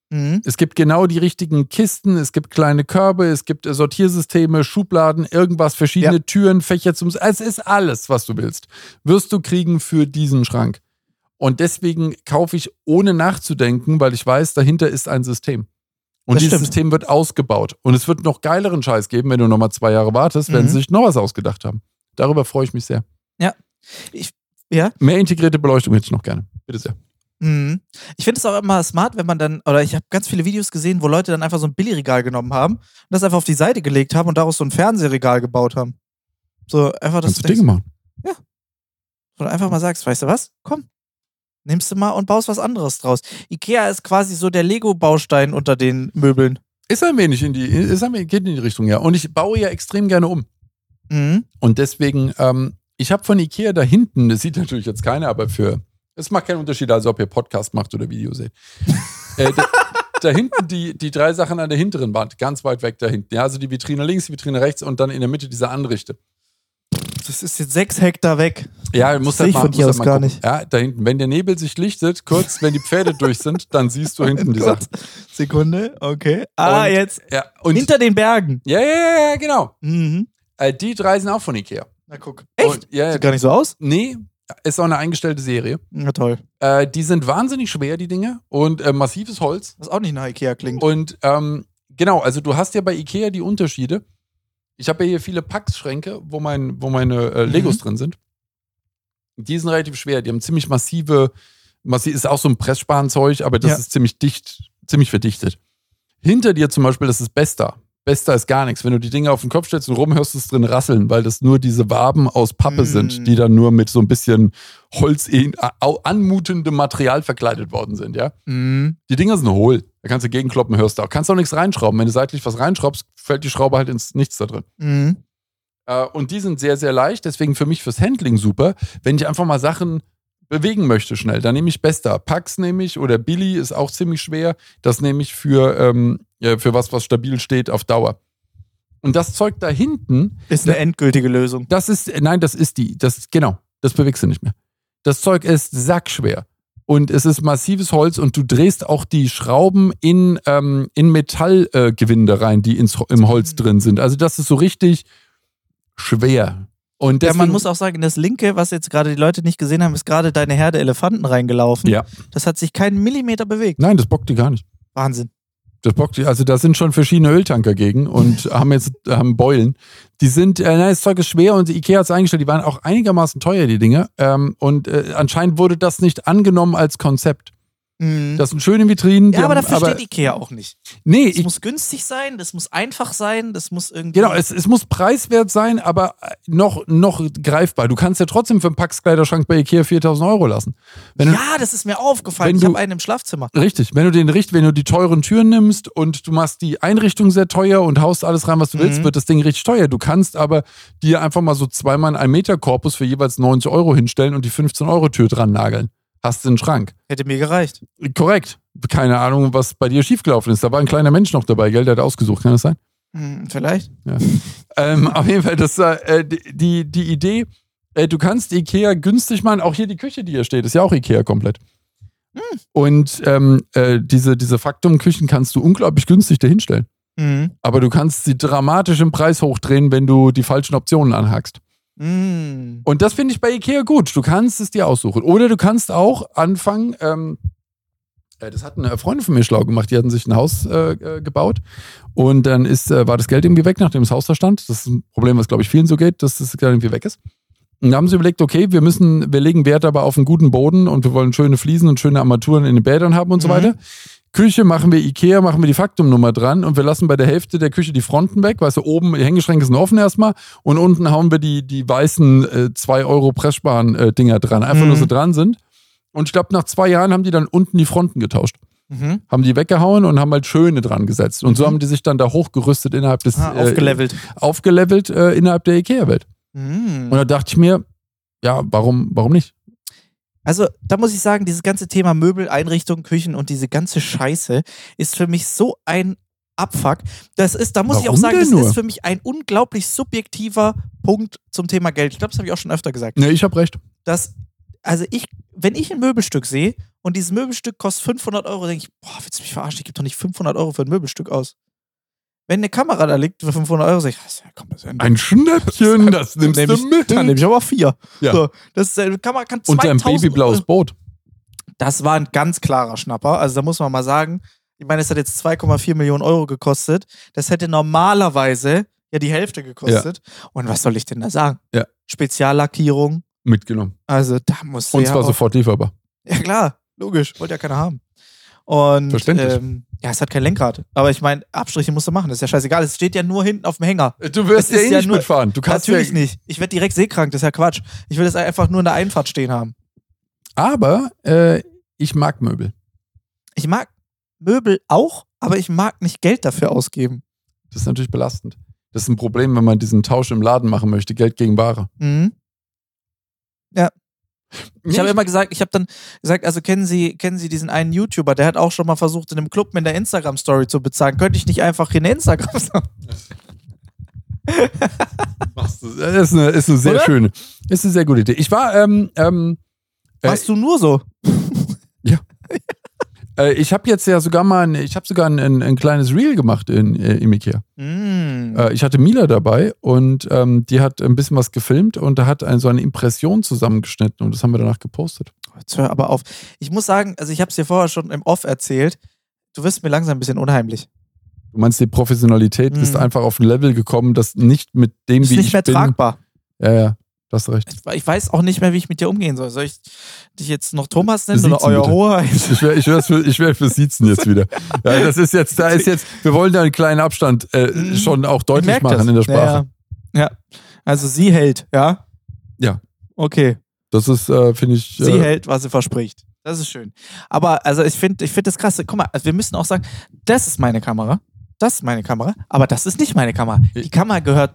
[SPEAKER 1] Mhm.
[SPEAKER 2] Es gibt genau die richtigen Kisten, es gibt kleine Körbe, es gibt äh, Sortiersysteme, Schubladen, irgendwas, verschiedene Türen, Fächer zum. Es ist alles, was du willst. Wirst du kriegen für diesen Schrank. Und deswegen kaufe ich ohne nachzudenken, weil ich weiß, dahinter ist ein System. Und
[SPEAKER 1] Das
[SPEAKER 2] dieses
[SPEAKER 1] stimmt.
[SPEAKER 2] System wird ausgebaut. Und es wird noch geileren Scheiß geben, wenn du nochmal zwei Jahre wartest, wenn
[SPEAKER 1] Mhm.
[SPEAKER 2] sie sich noch was ausgedacht haben. Darüber freue ich mich sehr.
[SPEAKER 1] Ja. Ich- ja.
[SPEAKER 2] Mehr integrierte Beleuchtung hätte ich noch gerne. Bitte sehr.
[SPEAKER 1] Mhm. Ich finde es auch immer smart, wenn man dann, oder ich habe ganz viele Videos gesehen, wo Leute dann einfach so ein Billigregal genommen haben und das einfach auf die Seite gelegt haben und daraus so ein Fernsehregal gebaut haben. So einfach das
[SPEAKER 2] Kannst du Dinge machen.
[SPEAKER 1] Und einfach mal sagst, weißt du was? Komm, nimmst du mal und baust was anderes draus. Ikea ist quasi so der Lego-Baustein unter den Möbeln.
[SPEAKER 2] Ist ein wenig in die, ist ein wenig, geht in die Richtung, ja. Und ich baue ja extrem gerne um.
[SPEAKER 1] Mhm.
[SPEAKER 2] Und deswegen, ähm, ich habe von Ikea da hinten, das sieht natürlich jetzt keiner, aber für, es macht keinen Unterschied, also ob ihr Podcast macht oder
[SPEAKER 1] (laughs)
[SPEAKER 2] Video seht. äh, da, da hinten die, die drei Sachen an der hinteren Wand, ganz weit weg da hinten. Ja, also die Vitrine links, die Vitrine rechts und dann in der Mitte diese Anrichte.
[SPEAKER 1] Das ist jetzt sechs Hektar weg.
[SPEAKER 2] Ja, du musst
[SPEAKER 1] Seh
[SPEAKER 2] halt
[SPEAKER 1] ich
[SPEAKER 2] mal,
[SPEAKER 1] von
[SPEAKER 2] musst
[SPEAKER 1] hier
[SPEAKER 2] halt
[SPEAKER 1] aus
[SPEAKER 2] mal
[SPEAKER 1] gar
[SPEAKER 2] gucken.
[SPEAKER 1] nicht.
[SPEAKER 2] Ja, da hinten. Wenn der Nebel sich lichtet, kurz, wenn die Pferde durch sind, dann siehst du
[SPEAKER 1] (laughs)
[SPEAKER 2] hinten die
[SPEAKER 1] Oh Gott.
[SPEAKER 2] Sachen.
[SPEAKER 1] Sekunde, okay. Ah,
[SPEAKER 2] Und-
[SPEAKER 1] jetzt.
[SPEAKER 2] Ja, und,
[SPEAKER 1] Hinter den Bergen.
[SPEAKER 2] ja, ja, ja, ja, genau.
[SPEAKER 1] Mhm.
[SPEAKER 2] Äh, die drei sind auch von Ikea.
[SPEAKER 1] Na guck. Echt?
[SPEAKER 2] Und, ja, ja,
[SPEAKER 1] Sieht gar nicht so aus?
[SPEAKER 2] Nee, ist auch eine eingestellte Serie.
[SPEAKER 1] Na toll.
[SPEAKER 2] Äh, die sind wahnsinnig schwer, die Dinge. Und äh, massives Holz.
[SPEAKER 1] Was auch nicht nach Ikea klingt.
[SPEAKER 2] Und ähm, genau, also du hast ja bei Ikea die Unterschiede. Ich habe ja hier viele Packschränke, wo, mein, wo meine äh,
[SPEAKER 1] Mhm.
[SPEAKER 2] Legos drin sind. Die sind relativ schwer. Die haben ziemlich massive, massi ist auch so ein Presssparenzeug, aber das
[SPEAKER 1] Ja.
[SPEAKER 2] ist ziemlich dicht, ziemlich verdichtet. Hinter dir zum Beispiel, das ist Besta. Besta ist gar nichts. Wenn du die Dinge auf den Kopf stellst und rumhörst, du es drin rasseln, weil das nur diese Waben aus Pappe
[SPEAKER 1] Mm.
[SPEAKER 2] sind, die dann nur mit so ein bisschen Holz äh, au- anmutendem Material verkleidet worden sind, ja.
[SPEAKER 1] Mhm.
[SPEAKER 2] Die Dinger sind hohl. Da kannst du gegenkloppen, hörst du auch. Kannst auch nichts reinschrauben. Wenn du seitlich was reinschraubst, fällt die Schraube halt ins Nichts da drin.
[SPEAKER 1] Mhm.
[SPEAKER 2] Äh, und die sind sehr, sehr leicht. Deswegen für mich fürs Handling super. Wenn ich einfach mal Sachen bewegen möchte schnell, dann nehme ich Besta. Pax nehme ich oder Billy ist auch ziemlich schwer. Das nehme ich für, ähm, ja, für was, was stabil steht auf Dauer. Und das Zeug da hinten,
[SPEAKER 1] Ist eine endgültige Lösung.
[SPEAKER 2] das ist, nein, das ist die, das, genau, das bewegst du nicht mehr. Das Zeug ist sackschwer. Und es ist massives Holz und du drehst auch die Schrauben in, ähm, in Metallgewinde äh, Gewinde rein, die ins, im Holz drin sind. Also das ist so richtig schwer. Und
[SPEAKER 1] Ja,
[SPEAKER 2] deswegen,
[SPEAKER 1] man muss auch sagen, das linke, was jetzt gerade die Leute nicht gesehen haben, ist gerade deine Herde Elefanten reingelaufen.
[SPEAKER 2] Ja. Ne.
[SPEAKER 1] Das hat sich keinen Millimeter bewegt.
[SPEAKER 2] Nein, das bockt die gar nicht.
[SPEAKER 1] Wahnsinn.
[SPEAKER 2] Das bockt die, also da sind schon verschiedene Öltanker
[SPEAKER 1] (laughs)
[SPEAKER 2] gegen und haben jetzt haben Beulen. Die sind, äh, nein, das Zeug ist schwer und Ikea hat es eingestellt. Die waren auch einigermaßen teuer, die Dinge. Ähm, und äh, anscheinend wurde das nicht angenommen als Konzept.
[SPEAKER 1] Mhm.
[SPEAKER 2] Das sind schöne Vitrinen. die
[SPEAKER 1] ja, aber
[SPEAKER 2] haben-
[SPEAKER 1] dafür steht Ikea auch nicht.
[SPEAKER 2] Nee,
[SPEAKER 1] Es
[SPEAKER 2] ich,
[SPEAKER 1] muss günstig sein, das muss einfach sein, das muss irgendwie.
[SPEAKER 2] genau, es, es muss preiswert sein, aber äh, noch, noch greifbar. Du kannst ja trotzdem für einen Packskleiderschrank bei Ikea 4000 Euro lassen. Wenn du,
[SPEAKER 1] ja, das ist mir aufgefallen.
[SPEAKER 2] wenn
[SPEAKER 1] Ich
[SPEAKER 2] du-
[SPEAKER 1] habe einen im Schlafzimmer.
[SPEAKER 2] richtig, wenn du den Richt, wenn du die teuren Türen nimmst und du machst die Einrichtung sehr teuer und haust alles rein, was du
[SPEAKER 1] Mhm.
[SPEAKER 2] willst, wird das Ding richtig teuer. Du kannst aber dir einfach mal so zweimal einen 1-Meter-Korpus für jeweils 90 Euro hinstellen und die 15-Euro-Tür dran nageln. Hast du einen Schrank.
[SPEAKER 1] Hätte mir gereicht.
[SPEAKER 2] Korrekt. Keine Ahnung, was bei dir schiefgelaufen ist. Da war ein kleiner Mensch noch dabei, gell? Der hat ausgesucht, kann das sein?
[SPEAKER 1] Hm, vielleicht.
[SPEAKER 2] Ähm, (laughs) auf jeden Fall, das äh, die, die, die Idee, äh, du kannst Ikea günstig machen. Auch hier die Küche, die hier steht, ist ja auch Ikea komplett. Und ähm, äh, diese, diese Faktum-Küchen kannst du unglaublich günstig dahinstellen.
[SPEAKER 1] Mhm.
[SPEAKER 2] Aber du kannst sie dramatisch im Preis hochdrehen, wenn du die falschen Optionen anhackst.
[SPEAKER 1] Mhm.
[SPEAKER 2] Und das finde ich bei Ikea gut. Du kannst es dir aussuchen. Oder du kannst auch anfangen, ähm, äh, das hat eine Freundin von mir schlau gemacht, die hatten sich ein Haus äh, äh, gebaut und dann ist, äh, war das Geld irgendwie weg, nachdem das Haus da stand. Das ist ein Problem, was glaube ich vielen so geht, dass das Geld irgendwie weg ist. Und da haben sie überlegt, okay, wir müssen, wir legen Wert aber auf einen guten Boden und wir wollen schöne Fliesen und schöne Armaturen in den Bädern haben und so
[SPEAKER 1] Mhm.
[SPEAKER 2] weiter. Küche machen wir Ikea, machen wir die Faktumnummer dran und wir lassen bei der Hälfte der Küche die Fronten weg. Weißt du, oben die Hängeschränke sind offen erstmal und unten hauen wir die, die weißen äh, 2 Euro Presssparen-Dinger dran, einfach
[SPEAKER 1] Mhm.
[SPEAKER 2] nur so dran sind. Und ich glaube, nach zwei Jahren haben die dann unten die Fronten getauscht.
[SPEAKER 1] Mhm.
[SPEAKER 2] Haben die weggehauen und haben halt schöne dran gesetzt. Und so
[SPEAKER 1] Mhm.
[SPEAKER 2] haben die sich dann da hochgerüstet innerhalb des
[SPEAKER 1] Ah,
[SPEAKER 2] äh,
[SPEAKER 1] aufgelevelt.
[SPEAKER 2] aufgelevelt äh, innerhalb der IKEA-Welt.
[SPEAKER 1] Mhm.
[SPEAKER 2] Und da dachte ich mir, ja, warum, warum nicht?
[SPEAKER 1] Also, da muss ich sagen, dieses ganze Thema Möbel, Einrichtung, Küchen und diese ganze Scheiße ist für mich so ein Abfuck. Das ist, da muss ich auch
[SPEAKER 2] Warum
[SPEAKER 1] sagen, das
[SPEAKER 2] denn nur?
[SPEAKER 1] ist für mich ein unglaublich subjektiver Punkt zum Thema Geld. Ich glaube, das habe ich auch schon öfter gesagt.
[SPEAKER 2] Nee, ich habe Ne, recht.
[SPEAKER 1] dass also ich, wenn ich ein Möbelstück sehe und dieses Möbelstück kostet 500 Euro, denke ich, boah, willst du mich verarschen? Ich gebe doch nicht 500 Euro für ein Möbelstück aus. Wenn eine Kamera da liegt für 500 Euro, sage ich, ach, komm, das ist ein (laughs)
[SPEAKER 2] Ein Schnäppchen, das nimmst
[SPEAKER 1] Nehm
[SPEAKER 2] du
[SPEAKER 1] ich-
[SPEAKER 2] mit.
[SPEAKER 1] Dann nehme ich aber vier.
[SPEAKER 2] Ja.
[SPEAKER 1] So, das ist, eine Kamera kann
[SPEAKER 2] Und dein
[SPEAKER 1] 2000
[SPEAKER 2] babyblaues Boot.
[SPEAKER 1] Das war ein ganz klarer Schnapper. Also da muss man mal sagen, ich meine, es hat jetzt 2,4 Millionen Euro gekostet. Das hätte normalerweise ja die Hälfte gekostet. Und was soll ich denn da sagen?
[SPEAKER 2] Ja.
[SPEAKER 1] Speziallackierung.
[SPEAKER 2] Mitgenommen.
[SPEAKER 1] Also da muss
[SPEAKER 2] Und
[SPEAKER 1] ja
[SPEAKER 2] zwar
[SPEAKER 1] auch-
[SPEAKER 2] sofort lieferbar.
[SPEAKER 1] Ja klar, logisch. Wollte ja keiner haben. Und
[SPEAKER 2] Verständlich.
[SPEAKER 1] Ähm, ja, es hat kein Lenkrad. Aber ich meine, Abstriche musst du machen. Das ist ja scheißegal. Es steht ja nur hinten auf dem Hänger.
[SPEAKER 2] Du wirst
[SPEAKER 1] Das
[SPEAKER 2] ja
[SPEAKER 1] ist
[SPEAKER 2] eh
[SPEAKER 1] ja
[SPEAKER 2] nicht
[SPEAKER 1] nur-
[SPEAKER 2] mitfahren. Du kannst
[SPEAKER 1] Natürlich
[SPEAKER 2] ja,
[SPEAKER 1] nicht. Ich werde direkt seekrank. Das ist ja Quatsch. Ich will das einfach nur in der Einfahrt stehen haben.
[SPEAKER 2] Aber äh, ich mag Möbel.
[SPEAKER 1] Ich mag Möbel auch, aber ich mag nicht Geld dafür ausgeben.
[SPEAKER 2] Das ist natürlich belastend. Das ist ein Problem, wenn man diesen Tausch im Laden machen möchte, Geld gegen Ware.
[SPEAKER 1] Mhm. Ich habe immer gesagt, ich habe dann gesagt, also kennen Sie, kennen Sie diesen einen YouTuber, der hat auch schon mal versucht, in einem Club mit einer Instagram-Story zu bezahlen. Könnte ich nicht einfach hier eine instagram (laughs) story
[SPEAKER 2] Das ist eine, ist eine sehr
[SPEAKER 1] Oder?
[SPEAKER 2] schöne, ist eine sehr gute Idee. Ich war, ähm, ähm, Äh,
[SPEAKER 1] Machst du nur so?
[SPEAKER 2] äh, ich habe jetzt ja sogar mal, ein, ich habe sogar ein, ein, ein kleines Reel gemacht in, äh, im Ikea.
[SPEAKER 1] Mhm.
[SPEAKER 2] Äh, ich hatte Mila dabei und ähm, die hat ein bisschen was gefilmt und da hat ein, so eine Impression zusammengeschnitten und das haben wir danach gepostet.
[SPEAKER 1] Jetzt hör aber auf. Ich muss sagen, also ich habe es dir vorher schon im Off erzählt, du wirst mir langsam ein bisschen unheimlich.
[SPEAKER 2] Du meinst, die Professionalität
[SPEAKER 1] Mhm.
[SPEAKER 2] ist einfach auf ein Level gekommen, das nicht mit dem,
[SPEAKER 1] Ist
[SPEAKER 2] wie
[SPEAKER 1] nicht
[SPEAKER 2] ich
[SPEAKER 1] mehr
[SPEAKER 2] bin.
[SPEAKER 1] tragbar.
[SPEAKER 2] Ja, ja, das hast recht.
[SPEAKER 1] Ich, ich weiß auch nicht mehr, wie ich mit dir umgehen soll. Soll ich dich jetzt noch Thomas nennen
[SPEAKER 2] Siezen
[SPEAKER 1] oder euer (laughs)
[SPEAKER 2] bitte.
[SPEAKER 1] Hoheit?
[SPEAKER 2] Ich wäre ich wär für, ich wär für Siezen jetzt wieder. Ja, das ist jetzt, da ist jetzt, wir wollen da einen kleinen Abstand äh,
[SPEAKER 1] Mhm.
[SPEAKER 2] schon auch
[SPEAKER 1] Ich
[SPEAKER 2] deutlich
[SPEAKER 1] merk
[SPEAKER 2] machen
[SPEAKER 1] das.
[SPEAKER 2] in der Sprache.
[SPEAKER 1] Ja, ja. ja, also sie hält, ja?
[SPEAKER 2] Ja.
[SPEAKER 1] Okay,
[SPEAKER 2] Das ist, äh, finde ich.
[SPEAKER 1] sie
[SPEAKER 2] Äh,
[SPEAKER 1] hält, was sie verspricht. Das ist schön. Aber also ich finde ich find das krasse. Guck mal, also wir müssen auch sagen, das ist meine Kamera, das ist meine Kamera, aber das ist nicht meine Kamera. Die
[SPEAKER 2] Ich-
[SPEAKER 1] Kamera gehört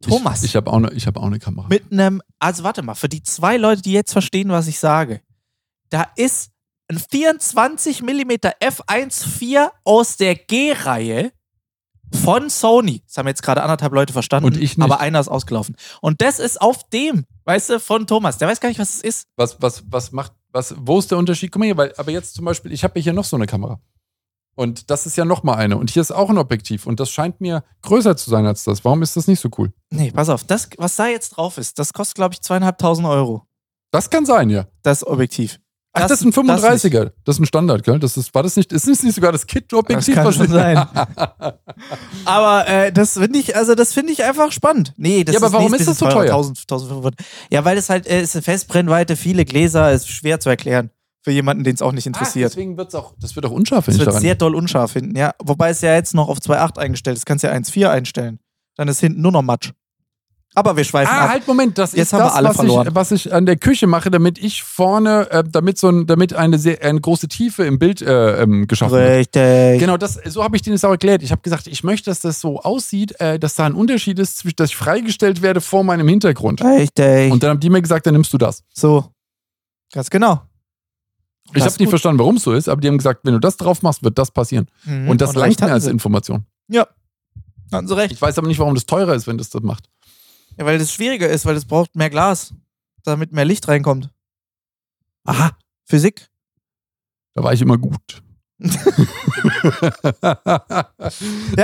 [SPEAKER 1] Thomas.
[SPEAKER 2] Ich, ich habe auch eine hab ne Kamera.
[SPEAKER 1] mit einem, also warte mal, für die zwei Leute, die jetzt verstehen, was ich sage, da ist ein 24 mm F1.4 aus der G-Reihe von Sony. Das haben jetzt gerade anderthalb Leute verstanden,
[SPEAKER 2] Und ich nicht.
[SPEAKER 1] aber einer ist ausgelaufen. Und das ist auf dem, weißt du, von Thomas. Der weiß gar nicht, was es ist.
[SPEAKER 2] Was, was, was macht, was, wo ist der Unterschied? Guck mal hier, weil, aber jetzt zum Beispiel, ich habe hier noch so eine Kamera. Und das ist ja noch mal eine. Und hier ist auch ein Objektiv. Und das scheint mir größer zu sein als das. Warum ist das nicht so cool?
[SPEAKER 1] Nee, pass auf, das, was da jetzt drauf ist, das kostet, glaube ich, zweieinhalbtausend Euro.
[SPEAKER 2] Das kann sein, ja.
[SPEAKER 1] Das Objektiv.
[SPEAKER 2] Ach, das,
[SPEAKER 1] Das-
[SPEAKER 2] ist ein
[SPEAKER 1] das
[SPEAKER 2] 35er. Das, ist ein Standard, gell? Das ist, war das nicht, ist das nicht sogar das Kit-Objektiv?
[SPEAKER 1] Das kann schon
[SPEAKER 2] wahrscheinlich?
[SPEAKER 1] sein. (laughs) Aber äh, das finde ich, also das finde ich einfach spannend. Nee, das
[SPEAKER 2] Ja, aber
[SPEAKER 1] ist
[SPEAKER 2] warum
[SPEAKER 1] nicht,
[SPEAKER 2] ist das so
[SPEAKER 1] teurer,
[SPEAKER 2] teuer?
[SPEAKER 1] 1000, 1500. Ja, weil es halt äh, ist eine Festbrennweite, viele Gläser, ist schwer zu erklären für jemanden, den es auch nicht
[SPEAKER 2] Ah,
[SPEAKER 1] interessiert.
[SPEAKER 2] deswegen wird's auch, das wird auch unscharf, wenn
[SPEAKER 1] Es
[SPEAKER 2] ich
[SPEAKER 1] wird
[SPEAKER 2] daran.
[SPEAKER 1] sehr doll unscharf hinten, ja. Wobei es ja jetzt noch auf 2.8 eingestellt ist. Kannst ja 1.4 einstellen. Dann ist hinten nur noch Matsch. Aber wir schweifen
[SPEAKER 2] Ah,
[SPEAKER 1] ab.
[SPEAKER 2] halt, Moment, das
[SPEAKER 1] Jetzt
[SPEAKER 2] ist
[SPEAKER 1] haben wir
[SPEAKER 2] das,
[SPEAKER 1] alle
[SPEAKER 2] was,
[SPEAKER 1] verloren.
[SPEAKER 2] ich, was ich an der Küche mache, damit ich vorne, äh, damit so ein, damit eine sehr, eine große Tiefe im Bild äh, ähm, geschaffen wird.
[SPEAKER 1] Richtig.
[SPEAKER 2] Genau, das, so habe ich denen das auch erklärt. Ich habe gesagt, ich möchte, dass das so aussieht, äh, dass da ein Unterschied ist, zwischen, dass ich freigestellt werde vor meinem Hintergrund.
[SPEAKER 1] Richtig.
[SPEAKER 2] Genau. Und dann haben die mir gesagt, dann nimmst du das.
[SPEAKER 1] so. Ganz genau.
[SPEAKER 2] Ich
[SPEAKER 1] Das
[SPEAKER 2] habe
[SPEAKER 1] ist
[SPEAKER 2] nicht
[SPEAKER 1] gut.
[SPEAKER 2] verstanden, warum es so ist, aber die haben gesagt, wenn du das drauf machst, wird das passieren.
[SPEAKER 1] Mhm.
[SPEAKER 2] Und das
[SPEAKER 1] recht
[SPEAKER 2] reicht mir also
[SPEAKER 1] hatten
[SPEAKER 2] als
[SPEAKER 1] sie.
[SPEAKER 2] Information.
[SPEAKER 1] Hatten sie recht.
[SPEAKER 2] Ich weiß aber nicht, warum das teurer ist, wenn das das macht.
[SPEAKER 1] Ja, weil das schwieriger ist, weil es braucht mehr Glas, damit mehr Licht reinkommt.
[SPEAKER 2] Aha,
[SPEAKER 1] Physik.
[SPEAKER 2] da war ich
[SPEAKER 1] (laughs)
[SPEAKER 2] immer gut.
[SPEAKER 1] Ja,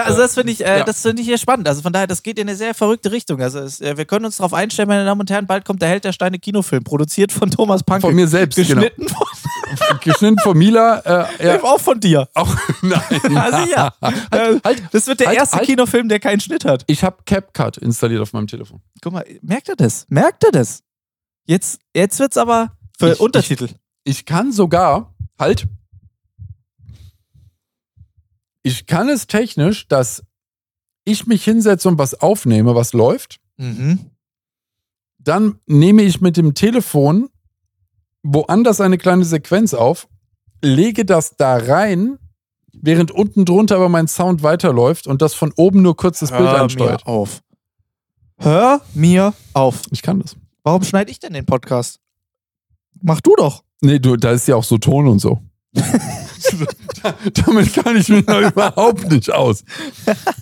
[SPEAKER 1] also das finde ich, äh,
[SPEAKER 2] Ja.
[SPEAKER 1] das finde ich hier spannend. Also von daher, das geht in eine sehr verrückte Richtung. Also es, äh, wir können uns darauf einstellen, meine Damen und Herren, bald kommt der Held der Steine Kinofilm, produziert von Thomas Panke.
[SPEAKER 2] Von mir selbst, genau.
[SPEAKER 1] geschnitten
[SPEAKER 2] (laughs) Geschnitten von Mila. Äh,
[SPEAKER 1] (laughs)
[SPEAKER 2] ja,
[SPEAKER 1] von, auch von dir.
[SPEAKER 2] auch, nein.
[SPEAKER 1] Ja, sicher. Äh,
[SPEAKER 2] Halt,
[SPEAKER 1] das wird der
[SPEAKER 2] Halt,
[SPEAKER 1] erste
[SPEAKER 2] halt.
[SPEAKER 1] Kinofilm, der keinen Schnitt hat.
[SPEAKER 2] ich habe CapCut installiert auf meinem Telefon.
[SPEAKER 1] Guck mal, merkt ihr das? Merkt ihr das? Jetzt, jetzt wird's aber für
[SPEAKER 2] Ich-
[SPEAKER 1] Untertitel.
[SPEAKER 2] Ich kann sogar, halt, ich kann es technisch, dass ich mich hinsetze und was aufnehme, was läuft.
[SPEAKER 1] mhm.
[SPEAKER 2] Dann nehme ich mit dem Telefon woanders eine kleine Sequenz auf, lege das da rein, während unten drunter aber mein Sound weiterläuft und das von oben nur kurz das Bild ansteuert.
[SPEAKER 1] mir auf. Hör mir auf.
[SPEAKER 2] Ich kann das.
[SPEAKER 1] Warum schneide ich denn den Podcast? Mach du doch.
[SPEAKER 2] Nee, du, da ist ja auch so Ton und
[SPEAKER 1] (laughs)
[SPEAKER 2] so. Damit kann ich mich noch überhaupt nicht aus.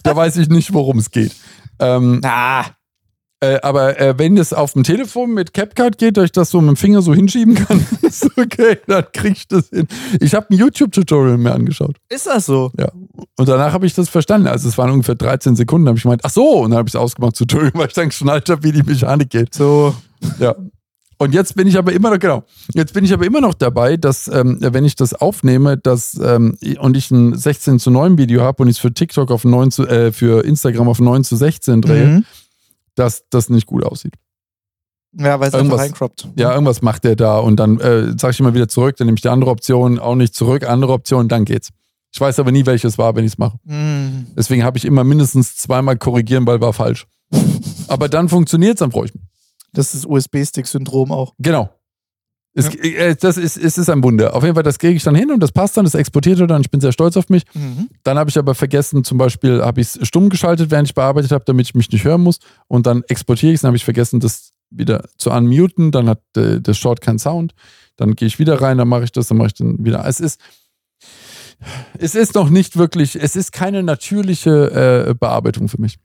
[SPEAKER 2] Da weiß ich nicht, worum es geht. Ähm,
[SPEAKER 1] Na,
[SPEAKER 2] Äh, aber äh, wenn das auf dem Telefon mit CapCut geht, dass ich das so mit dem Finger so hinschieben kann, (laughs) ist okay, dann krieg ich das hin. Ich habe ein YouTube-Tutorial mir angeschaut.
[SPEAKER 1] Ist das so?
[SPEAKER 2] Ja. Und danach habe ich das verstanden. Also es waren ungefähr 13 Sekunden, habe ich gemeint, ach so, und dann habe ich es ausgemacht, Tutorial, (laughs) weil ich dann geschnallt habe, wie die Mechanik geht.
[SPEAKER 1] So.
[SPEAKER 2] Ja. Und jetzt bin ich aber immer noch, genau, jetzt bin ich aber immer noch dabei, dass, ähm, wenn ich das aufnehme, dass, ähm, und ich ein 16 zu 9 Video habe und ich es für TikTok auf 9 zu, äh, für Instagram auf 9 zu 16 drehe,
[SPEAKER 1] Mhm.
[SPEAKER 2] dass das nicht gut aussieht.
[SPEAKER 1] Ja, weil es einfach
[SPEAKER 2] Irgendwas-
[SPEAKER 1] reinkroppt.
[SPEAKER 2] Ja, irgendwas macht der da und dann äh, sage ich immer wieder zurück, dann nehme ich die andere Option auch nicht zurück, andere Option, dann geht's. Ich weiß aber nie, welches war, wenn ich es mache.
[SPEAKER 1] Mhm.
[SPEAKER 2] Deswegen habe ich immer mindestens zweimal korrigieren, weil war falsch. Aber dann funktioniert es, dann freue ich mich.
[SPEAKER 1] Das ist USB-Stick-Syndrom auch.
[SPEAKER 2] Genau. Es, äh, das ist, es ist ein Wunder. Auf jeden Fall, das kriege ich dann hin und das passt dann, das exportiert wird dann. Ich bin sehr stolz auf mich.
[SPEAKER 1] Mhm.
[SPEAKER 2] Dann habe ich aber vergessen, zum Beispiel habe ich es stumm geschaltet, während ich bearbeitet habe, damit ich mich nicht hören muss. Und dann exportiere ich es, dann habe ich vergessen, das wieder zu unmuten. Dann hat äh, das Short keinen Sound. Dann gehe ich wieder rein, dann mache ich das, dann mache ich dann wieder. Es ist, es ist noch nicht wirklich, es ist keine natürliche äh, Bearbeitung für mich.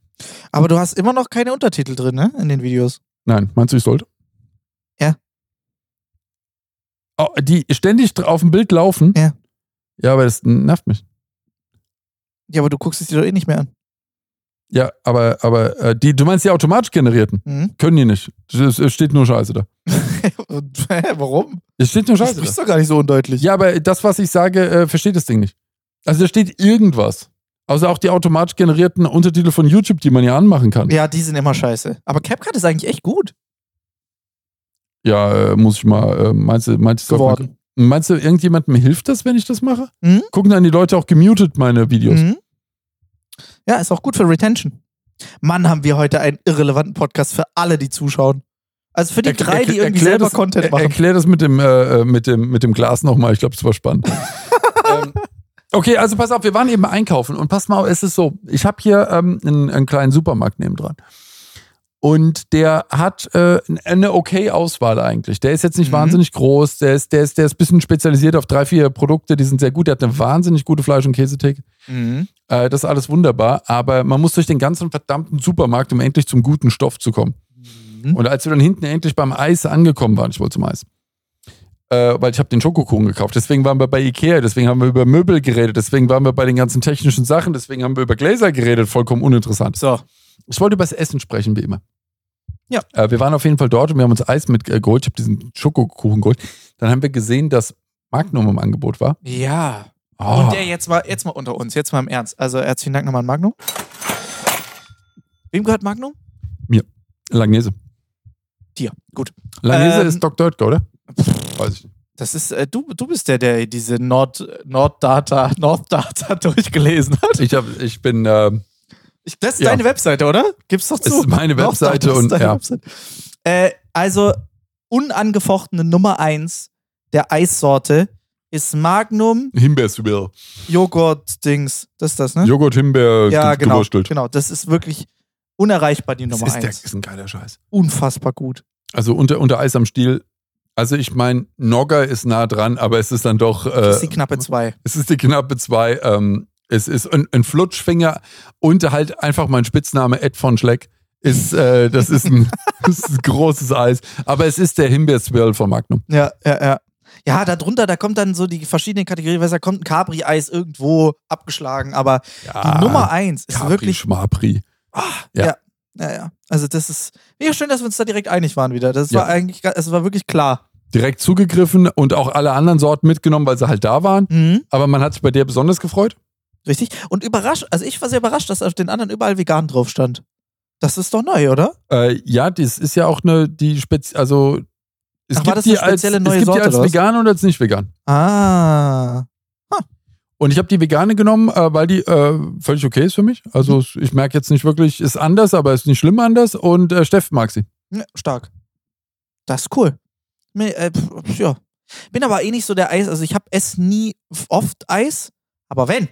[SPEAKER 1] Aber du hast immer noch keine Untertitel drin, ne? In den Videos.
[SPEAKER 2] Nein, meinst du, ich sollte?
[SPEAKER 1] Ja.
[SPEAKER 2] Oh, die ständig dr- auf dem Bild laufen?
[SPEAKER 1] Ja.
[SPEAKER 2] Ja, aber das nervt mich.
[SPEAKER 1] Ja, aber du guckst es dir doch eh nicht mehr an.
[SPEAKER 2] Ja, aber, aber äh, die, du meinst die automatisch ne? generierten?
[SPEAKER 1] Mhm. (laughs)
[SPEAKER 2] Können die nicht. Es es steht nur Scheiße da.
[SPEAKER 1] Und, hä, warum?
[SPEAKER 2] Es steht nur
[SPEAKER 1] Du
[SPEAKER 2] Scheiße da.
[SPEAKER 1] sprichst doch gar nicht so undeutlich.
[SPEAKER 2] Ja, aber das, was ich sage, äh, versteht das Ding nicht. Also da steht irgendwas. Außer auch die automatisch generierten Untertitel von YouTube, die man ja anmachen kann.
[SPEAKER 1] Ja, die sind immer scheiße. Aber CapCut ist eigentlich echt gut
[SPEAKER 2] Ja, äh, muss ich mal, äh, meinst du, meinst du,
[SPEAKER 1] geworden.
[SPEAKER 2] meinst du, irgendjemandem hilft das, wenn ich das mache?
[SPEAKER 1] Mhm.
[SPEAKER 2] Gucken dann die Leute auch gemutet meine Videos?
[SPEAKER 1] Mhm. Ja, ist auch gut für Retention. Mann, haben wir heute einen irrelevanten Podcast für alle, die zuschauen. Also für die
[SPEAKER 2] Erkl-
[SPEAKER 1] drei, die
[SPEAKER 2] erkl-
[SPEAKER 1] irgendwie
[SPEAKER 2] erklär
[SPEAKER 1] selber
[SPEAKER 2] das-
[SPEAKER 1] Content
[SPEAKER 2] er-
[SPEAKER 1] machen.
[SPEAKER 2] Erklär das mit dem, äh, äh, mit dem, mit dem Glas nochmal. Ich glaube, es
[SPEAKER 1] (laughs)
[SPEAKER 2] war spannend. ähm, okay, also pass auf, wir waren eben einkaufen und pass mal auf, es ist so, ich habe hier ähm, einen, einen kleinen Supermarkt nebendran. Und der hat äh, eine okay Auswahl eigentlich. Der ist jetzt nicht
[SPEAKER 1] Mhm.
[SPEAKER 2] wahnsinnig groß, der ist, der, ist, der ist ein bisschen spezialisiert auf drei, vier Produkte, die sind sehr gut. Der hat eine wahnsinnig gute Fleisch- und Käsetheke.
[SPEAKER 1] Mhm.
[SPEAKER 2] Äh, das ist alles wunderbar, aber man muss durch den ganzen verdammten Supermarkt, um endlich zum guten Stoff zu kommen.
[SPEAKER 1] Mhm.
[SPEAKER 2] Und als wir dann hinten endlich beim Eis angekommen waren, ich wollte zum Eis, äh, weil ich habe den Schokokuchen gekauft. Deswegen waren wir bei Ikea, deswegen haben wir über Möbel geredet, deswegen waren wir bei den ganzen technischen Sachen, deswegen haben wir über Gläser geredet, vollkommen uninteressant.
[SPEAKER 1] So.
[SPEAKER 2] Ich wollte über das Essen sprechen, wie immer.
[SPEAKER 1] Ja.
[SPEAKER 2] Äh, wir waren auf jeden Fall dort und wir haben uns Eis mitgeholt. Ich habe diesen Schokokuchen geholt. Dann haben wir gesehen, dass Magnum im Angebot war.
[SPEAKER 1] Ja.
[SPEAKER 2] Oh.
[SPEAKER 1] Und der jetzt mal, jetzt mal unter uns, jetzt mal im Ernst. Also herzlichen Dank nochmal an Magnum. Wem gehört Magnum?
[SPEAKER 2] Langnese.
[SPEAKER 1] Dir. Gut.
[SPEAKER 2] Langnese
[SPEAKER 1] Ähm.
[SPEAKER 2] ist Dr. Oetker, oder? Weiß ich. nicht.
[SPEAKER 1] Das ist, äh, du, du bist der, der diese Nord, Norddata, Norddata (laughs) durchgelesen hat.
[SPEAKER 2] Ich, hab, ich bin. ähm,
[SPEAKER 1] Ich, das ist
[SPEAKER 2] Ja.
[SPEAKER 1] deine Webseite, oder? Gib's doch
[SPEAKER 2] Es
[SPEAKER 1] zu.
[SPEAKER 2] ist meine Webseite
[SPEAKER 1] Norddata ist
[SPEAKER 2] und-
[SPEAKER 1] deine
[SPEAKER 2] ja.
[SPEAKER 1] Webseite. Äh, also, unangefochtene Nummer eins der Eissorte ist Magnum
[SPEAKER 2] Himbeersübel.
[SPEAKER 1] Joghurt-Dings. Das ist das, ne?
[SPEAKER 2] Joghurt, Himbeer,
[SPEAKER 1] ja,
[SPEAKER 2] ge-
[SPEAKER 1] genau.
[SPEAKER 2] gewurstelt.
[SPEAKER 1] Genau, das ist wirklich unerreichbar, die
[SPEAKER 2] Das
[SPEAKER 1] Nummer
[SPEAKER 2] ist, der,
[SPEAKER 1] eins.
[SPEAKER 2] ist ein geiler Scheiß.
[SPEAKER 1] Unfassbar gut.
[SPEAKER 2] Also unter, unter Eis am Stiel. Also ich meine, Nogger ist nah dran, aber es ist dann doch. Äh,
[SPEAKER 1] Das ist die knappe zwei.
[SPEAKER 2] Es ist die knappe zwei. Ähm, es ist ein, ein Flutschfinger und halt einfach mein Spitzname Ed von Schleck. Ist, äh, das,
[SPEAKER 1] (laughs)
[SPEAKER 2] ist ein, (laughs) das ist ein großes Eis. Aber es ist der Himbeerswirl von Magnum.
[SPEAKER 1] Ja, ja, ja. Ja, darunter, da kommt dann so die verschiedenen Kategorien, weißt du, da kommt ein Capri-Eis irgendwo abgeschlagen, aber
[SPEAKER 2] Ah,
[SPEAKER 1] die Nummer eins ist
[SPEAKER 2] Capri,
[SPEAKER 1] wirklich. ah,
[SPEAKER 2] Schmapri.
[SPEAKER 1] Ja, ja. Also das ist. Mega schön, dass wir uns da direkt einig waren wieder. Das
[SPEAKER 2] Ja.
[SPEAKER 1] war eigentlich, ga- es war wirklich klar.
[SPEAKER 2] Direkt zugegriffen und auch alle anderen Sorten mitgenommen, weil sie halt da waren.
[SPEAKER 1] Mhm.
[SPEAKER 2] Aber man hat sich bei der besonders gefreut.
[SPEAKER 1] Richtig. Und überrascht, also ich war sehr überrascht, dass auf den anderen überall vegan drauf stand. Das ist doch neu, oder?
[SPEAKER 2] Äh, ja, das ist ja auch eine, die Spezi also es
[SPEAKER 1] Ach, war
[SPEAKER 2] gibt
[SPEAKER 1] das
[SPEAKER 2] die
[SPEAKER 1] eine spezielle
[SPEAKER 2] als,
[SPEAKER 1] neue
[SPEAKER 2] es gibt
[SPEAKER 1] Sorte,
[SPEAKER 2] die als
[SPEAKER 1] oder was?
[SPEAKER 2] vegan und als nicht vegan.
[SPEAKER 1] Ah.
[SPEAKER 2] Und ich habe die vegane genommen, äh, weil die äh, völlig okay ist für mich. Also es-
[SPEAKER 1] Mhm.
[SPEAKER 2] ich merke jetzt nicht wirklich, ist anders, aber ist nicht schlimm anders. Und äh, Steff mag sie.
[SPEAKER 1] Ja, stark. Das ist cool. Mir, äh, pf, ja. Bin aber eh nicht so der Eis, also ich habe es nie f- oft Eis, aber wenn,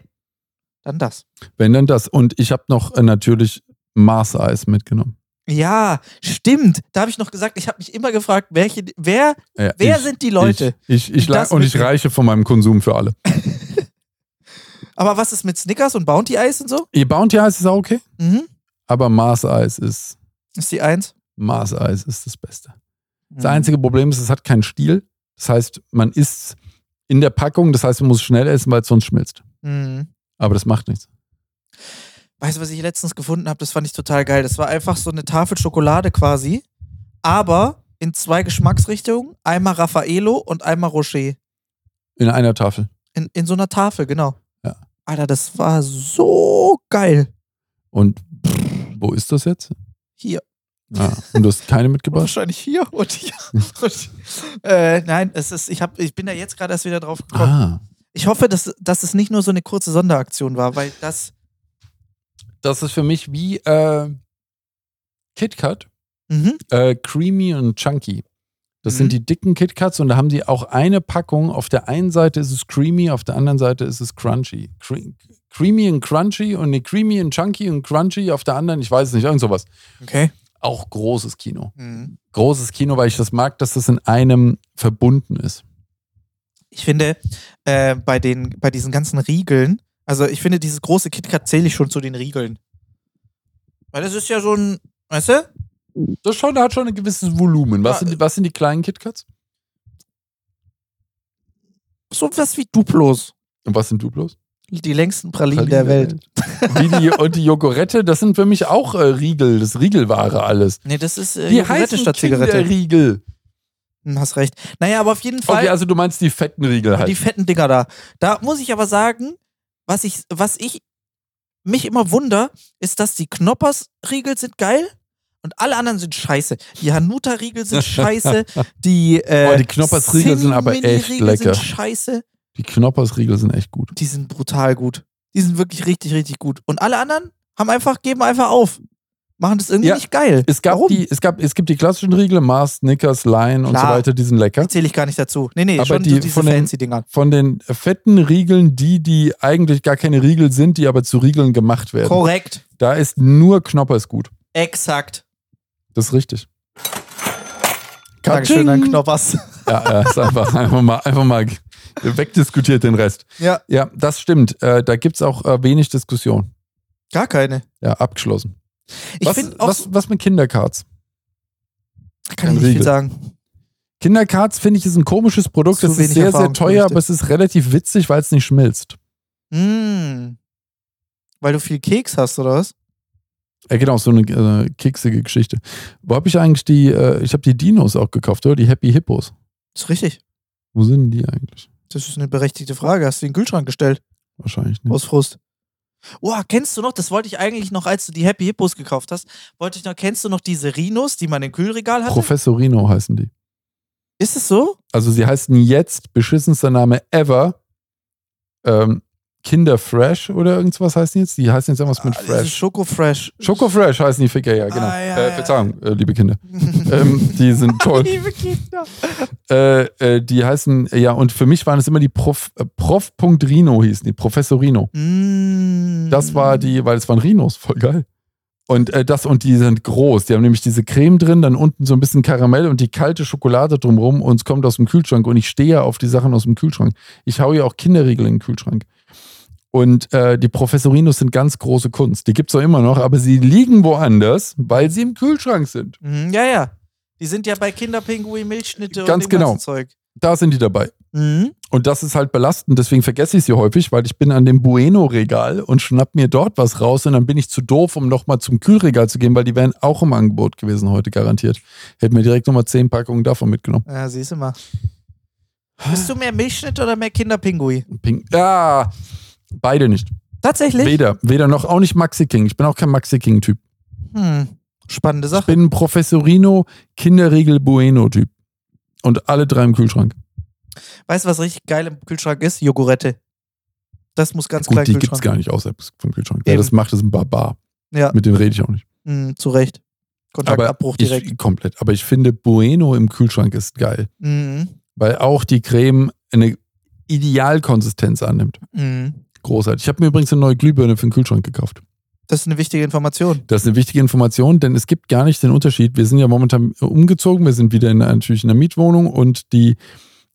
[SPEAKER 1] dann das.
[SPEAKER 2] Wenn dann das. Und ich habe noch äh, natürlich Mars-Eis mitgenommen.
[SPEAKER 1] Ja, stimmt. Da habe ich noch gesagt, ich habe mich immer gefragt, welche, wer,
[SPEAKER 2] Äh,
[SPEAKER 1] wer
[SPEAKER 2] ich,
[SPEAKER 1] sind die Leute?
[SPEAKER 2] Ich, ich, ich
[SPEAKER 1] die
[SPEAKER 2] la-
[SPEAKER 1] das
[SPEAKER 2] und ich
[SPEAKER 1] mitnehmen?
[SPEAKER 2] reiche von meinem Konsum für alle.
[SPEAKER 1] Aber was ist mit Snickers und Bounty Eis und so?
[SPEAKER 2] Ihr Bounty-Eis ist auch okay,
[SPEAKER 1] Mhm.
[SPEAKER 2] aber Mars-Eis ist
[SPEAKER 1] Ist die eins?
[SPEAKER 2] Maßeis ist das Beste. Das einzige Problem ist, es hat keinen Stiel. Das heißt, man isst in der Packung. Das heißt, man muss schnell essen, weil es sonst schmilzt.
[SPEAKER 1] Mhm.
[SPEAKER 2] Aber das macht nichts.
[SPEAKER 1] Weißt du, was ich letztens gefunden habe? Das fand ich total geil. Das war einfach so eine Tafel Schokolade quasi, aber in zwei Geschmacksrichtungen. Einmal Raffaello und einmal Rocher.
[SPEAKER 2] In einer Tafel.
[SPEAKER 1] In, in so einer Tafel, genau.
[SPEAKER 2] Ja.
[SPEAKER 1] Alter, das war so geil.
[SPEAKER 2] Und pff, wo ist das jetzt?
[SPEAKER 1] Hier.
[SPEAKER 2] Ah, und du hast keine (laughs) mitgebracht?
[SPEAKER 1] Wahrscheinlich hier und hier. Und, äh, nein, es ist, ich, hab, ich bin da jetzt gerade erst wieder drauf gekommen.
[SPEAKER 2] Ah,
[SPEAKER 1] Ich hoffe, dass, dass es nicht nur so eine kurze Sonderaktion war, weil das.
[SPEAKER 2] das ist für mich wie äh, KitKat,
[SPEAKER 1] Mhm.
[SPEAKER 2] äh, Creamy und Chunky. Das
[SPEAKER 1] Mhm.
[SPEAKER 2] sind die dicken KitKats und da haben die auch eine Packung. Auf der einen Seite ist es creamy, auf der anderen Seite ist es crunchy. Cre creamy und crunchy und ne creamy und chunky und crunchy auf der anderen, ich weiß es nicht, irgend sowas.
[SPEAKER 1] Okay.
[SPEAKER 2] Auch großes Kino.
[SPEAKER 1] Mhm.
[SPEAKER 2] Großes Kino, weil ich das mag, dass das in einem verbunden ist.
[SPEAKER 1] Ich finde, äh, bei, den, bei diesen ganzen Riegeln, also ich finde, dieses große KitKat zähle ich schon zu den Riegeln. Weil das ist ja so ein, weißt du?
[SPEAKER 2] Das schon, hat schon ein gewisses Volumen. Was,
[SPEAKER 1] Ja,
[SPEAKER 2] sind, die- was sind die kleinen KitKats?
[SPEAKER 1] So was wie Duplos.
[SPEAKER 2] Und was sind Duplos?
[SPEAKER 1] Die längsten Pralinen, der Welt.
[SPEAKER 2] Wie die, und die Joghurette, das sind für mich auch äh, Riegel, das ist Riegelware alles.
[SPEAKER 1] Nee, das ist äh,
[SPEAKER 2] Die
[SPEAKER 1] Joghurette
[SPEAKER 2] heißen
[SPEAKER 1] statt Zigarette.
[SPEAKER 2] Kinderriegel.
[SPEAKER 1] Hm, hast recht. Naja, aber auf jeden Fall.
[SPEAKER 2] Okay, also du meinst die fetten Riegel
[SPEAKER 1] Und die
[SPEAKER 2] halt.
[SPEAKER 1] fetten Dinger da. Da muss ich aber sagen, was ich, was ich mich immer wunder, ist, dass die Knoppers-Riegel sind geil und alle anderen sind scheiße. Die Hanuta-Riegel
[SPEAKER 2] (laughs)
[SPEAKER 1] sind scheiße. Die, äh,
[SPEAKER 2] Oh, die Knoppers-Riegel sind aber echt
[SPEAKER 1] Cinnamon-Riegel
[SPEAKER 2] lecker.
[SPEAKER 1] sind scheiße.
[SPEAKER 2] Die Knoppersriegel sind echt gut.
[SPEAKER 1] Die sind brutal gut. Die sind wirklich richtig, richtig gut. Und alle anderen haben einfach, geben einfach auf. Machen das irgendwie
[SPEAKER 2] Ja.
[SPEAKER 1] nicht geil.
[SPEAKER 2] Es gab
[SPEAKER 1] Warum?
[SPEAKER 2] die, es gab, es gibt die klassischen Riegel, Mars, Snickers, Lion und so
[SPEAKER 1] Klar.
[SPEAKER 2] weiter, die sind lecker.
[SPEAKER 1] Die zähle ich gar nicht dazu. Nee, nee,
[SPEAKER 2] Aber
[SPEAKER 1] schon
[SPEAKER 2] die
[SPEAKER 1] so diese
[SPEAKER 2] von den-
[SPEAKER 1] fancy Dinger.
[SPEAKER 2] Von den fetten Riegeln, die, die eigentlich gar keine Riegel sind, die aber zu Riegeln gemacht werden.
[SPEAKER 1] Korrekt.
[SPEAKER 2] Da ist nur Knoppers gut.
[SPEAKER 1] Exakt.
[SPEAKER 2] Das ist richtig.
[SPEAKER 1] Dankeschön an
[SPEAKER 2] Katsching.
[SPEAKER 1] Knoppers.
[SPEAKER 2] Ja, ja ist einfach, einfach, mal, einfach mal wegdiskutiert den Rest.
[SPEAKER 1] Ja.
[SPEAKER 2] Ja, das stimmt. Äh, da gibt es auch äh, wenig Diskussion.
[SPEAKER 1] Gar keine.
[SPEAKER 2] Ja, abgeschlossen.
[SPEAKER 1] Ich
[SPEAKER 2] was,
[SPEAKER 1] finde auch
[SPEAKER 2] was, was mit Kindercards?
[SPEAKER 1] Kann ich nicht
[SPEAKER 2] Riegel.
[SPEAKER 1] viel sagen.
[SPEAKER 2] Kindercards, finde ich, ist ein komisches Produkt.
[SPEAKER 1] Zu
[SPEAKER 2] Es
[SPEAKER 1] wenig
[SPEAKER 2] ist sehr, sehr
[SPEAKER 1] Erfahrungsberichte.
[SPEAKER 2] teuer, aber es ist relativ witzig, weil es nicht schmilzt.
[SPEAKER 1] Mm. Weil du viel Keks hast, oder was?
[SPEAKER 2] Ja, genau, so eine äh, keksige Geschichte. Wo habe ich eigentlich die, äh, ich habe die Dinos auch gekauft, oder? Die Happy Hippos.
[SPEAKER 1] Das ist richtig.
[SPEAKER 2] Wo sind die eigentlich?
[SPEAKER 1] Das ist eine berechtigte Frage. Hast du den Kühlschrank gestellt?
[SPEAKER 2] Wahrscheinlich nicht.
[SPEAKER 1] Aus Frust. Boah, kennst du noch, das wollte ich eigentlich noch, als du die Happy Hippos gekauft hast, wollte ich noch, kennst du noch diese Rhinos, die man im Kühlregal hatte?
[SPEAKER 2] Professorino heißen die.
[SPEAKER 1] ist es so?
[SPEAKER 2] also sie heißen jetzt, beschissenster Name ever, ähm, Kinder Fresh oder irgendwas heißen die jetzt? Die heißen jetzt irgendwas mit
[SPEAKER 1] Ah, das ist
[SPEAKER 2] Fresh.
[SPEAKER 1] Schoko Fresh.
[SPEAKER 2] Schoko Fresh heißen die Ficker, ja, genau.
[SPEAKER 1] Ah, ja,
[SPEAKER 2] äh,
[SPEAKER 1] ja.
[SPEAKER 2] Verzeihung, äh, liebe Kinder. ähm,
[SPEAKER 1] (laughs)
[SPEAKER 2] die sind toll.
[SPEAKER 1] Liebe Kinder.
[SPEAKER 2] äh, äh, die heißen, ja, und für mich waren es immer die Prof. Äh, Prof.Rino hießen die, Professor Rino.
[SPEAKER 1] Mm.
[SPEAKER 2] Das war die, weil es waren Rhinos, voll geil. Und äh, das und die sind groß. Die haben nämlich diese Creme drin, dann unten so ein bisschen Karamell und die kalte Schokolade drumrum und es kommt aus dem Kühlschrank und ich stehe ja auf die Sachen aus dem Kühlschrank. Ich hau ja auch Kinderriegel in den Kühlschrank. Und äh, die Professorinos sind ganz große Kunst. Die gibt's auch immer noch, aber sie liegen woanders, weil sie im Kühlschrank sind.
[SPEAKER 1] Mhm, ja, ja. Die sind ja bei Kinderpinguin, Milchschnitte
[SPEAKER 2] Ganz
[SPEAKER 1] und dem
[SPEAKER 2] genau.
[SPEAKER 1] ganzen Zeug.
[SPEAKER 2] Da sind die dabei.
[SPEAKER 1] Mhm.
[SPEAKER 2] Und das ist halt belastend, deswegen vergesse ich sie häufig, weil ich bin an dem Bueno-Regal und schnapp mir dort was raus und dann bin ich zu doof, um nochmal zum Kühlregal zu gehen, weil die wären auch im Angebot gewesen heute garantiert. Hätten wir direkt nochmal zehn Packungen davon mitgenommen.
[SPEAKER 1] Ja, siehst du mal. Bist du mehr Milchschnitt oder mehr Kinderpingui?
[SPEAKER 2] Ping. Ja, beide nicht.
[SPEAKER 1] Tatsächlich?
[SPEAKER 2] Weder, weder noch, auch nicht Maxi King. Ich bin auch kein Maxi King-Typ.
[SPEAKER 1] Hm. Spannende
[SPEAKER 2] Ich
[SPEAKER 1] Sache.
[SPEAKER 2] bin ein Professorino Kinderriegel Bueno-Typ. Und alle drei im Kühlschrank.
[SPEAKER 1] Weißt du, was richtig geil im Kühlschrank ist? Jogurette. Das muss ganz klar
[SPEAKER 2] Gut,
[SPEAKER 1] im
[SPEAKER 2] die gibt's
[SPEAKER 1] Kühlschrank.
[SPEAKER 2] gar nicht außerhalb vom Kühlschrank. Wer
[SPEAKER 1] Eben.
[SPEAKER 2] das macht, ist ein Barbar.
[SPEAKER 1] Ja.
[SPEAKER 2] Mit dem rede ich auch nicht.
[SPEAKER 1] Hm, zu Recht. Kontaktabbruch direkt.
[SPEAKER 2] Ich, komplett. Aber ich finde, Bueno im Kühlschrank ist geil,
[SPEAKER 1] Mhm.
[SPEAKER 2] weil auch die Creme eine Idealkonsistenz annimmt.
[SPEAKER 1] Mhm.
[SPEAKER 2] Großartig. Ich habe mir übrigens eine neue Glühbirne für den Kühlschrank gekauft.
[SPEAKER 1] Das ist eine wichtige Information.
[SPEAKER 2] Das ist eine wichtige Information, denn es gibt gar nicht den Unterschied. Wir sind ja momentan umgezogen. Wir sind wieder in, natürlich in der Mietwohnung und die,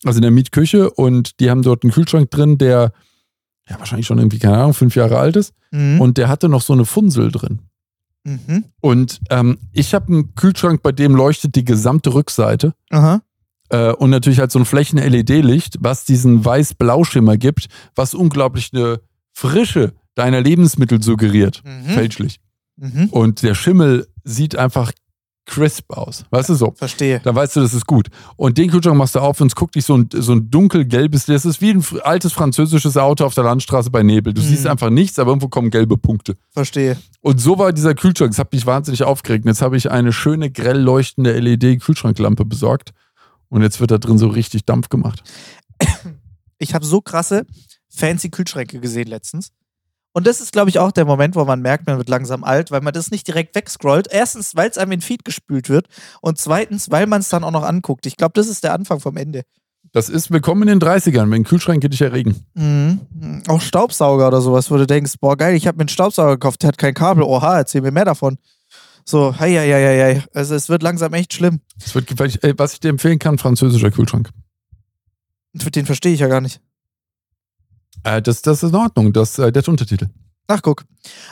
[SPEAKER 2] also in der Mietküche und die haben dort einen Kühlschrank drin, der ja wahrscheinlich schon irgendwie, keine Ahnung, fünf Jahre alt ist.
[SPEAKER 1] Mhm.
[SPEAKER 2] Und der hatte noch so eine Funsel drin.
[SPEAKER 1] Mhm.
[SPEAKER 2] Und ähm, ich habe einen Kühlschrank, bei dem leuchtet die gesamte Rückseite.
[SPEAKER 1] Aha.
[SPEAKER 2] Äh, und natürlich halt so ein Flächen-LED-Licht, was diesen weiß-blau-Schimmer gibt, was unglaublich eine Frische deiner Lebensmittel suggeriert.
[SPEAKER 1] Mhm.
[SPEAKER 2] Fälschlich.
[SPEAKER 1] Mhm.
[SPEAKER 2] Und der Schimmel sieht einfach crisp aus. Weißt du so?
[SPEAKER 1] Verstehe.
[SPEAKER 2] Dann weißt du, das ist gut. Und den Kühlschrank machst du auf und es guckt dich so ein, so ein dunkelgelbes, das ist wie ein fr- altes französisches Auto auf der Landstraße bei Nebel. Du
[SPEAKER 1] Mhm.
[SPEAKER 2] siehst einfach nichts, aber irgendwo kommen gelbe Punkte.
[SPEAKER 1] Verstehe.
[SPEAKER 2] Und so war dieser Kühlschrank. Das hat mich wahnsinnig aufgeregt. Und Jetzt habe ich eine schöne, grell leuchtende LED-Kühlschranklampe besorgt. Und jetzt wird da drin so richtig Dampf gemacht.
[SPEAKER 1] Ich habe so krasse, fancy Kühlschränke gesehen letztens. Und das ist, glaube ich, auch der Moment, wo man merkt, man wird langsam alt, weil man das nicht direkt wegscrollt. Erstens, weil es einem in den Feed gespült wird. Und zweitens, weil man es dann auch noch anguckt. Ich glaube, das ist der Anfang vom Ende.
[SPEAKER 2] Das ist willkommen in den 30ern, wenn Kühlschränke dich erregen.
[SPEAKER 1] Mhm. Auch Staubsauger oder sowas, wo du denkst, boah, geil, ich habe mir einen Staubsauger gekauft, der hat kein Kabel. Oha, erzähl mir mehr davon. So, hei, hei, hei, hei. Also es wird langsam echt schlimm.
[SPEAKER 2] Es wird gefährlich. Ey, was ich dir empfehlen kann, französischer Kühlschrank.
[SPEAKER 1] Den verstehe ich ja gar nicht.
[SPEAKER 2] Äh, das, das ist in Ordnung. Das, äh, der hat Untertitel.
[SPEAKER 1] Ach, guck.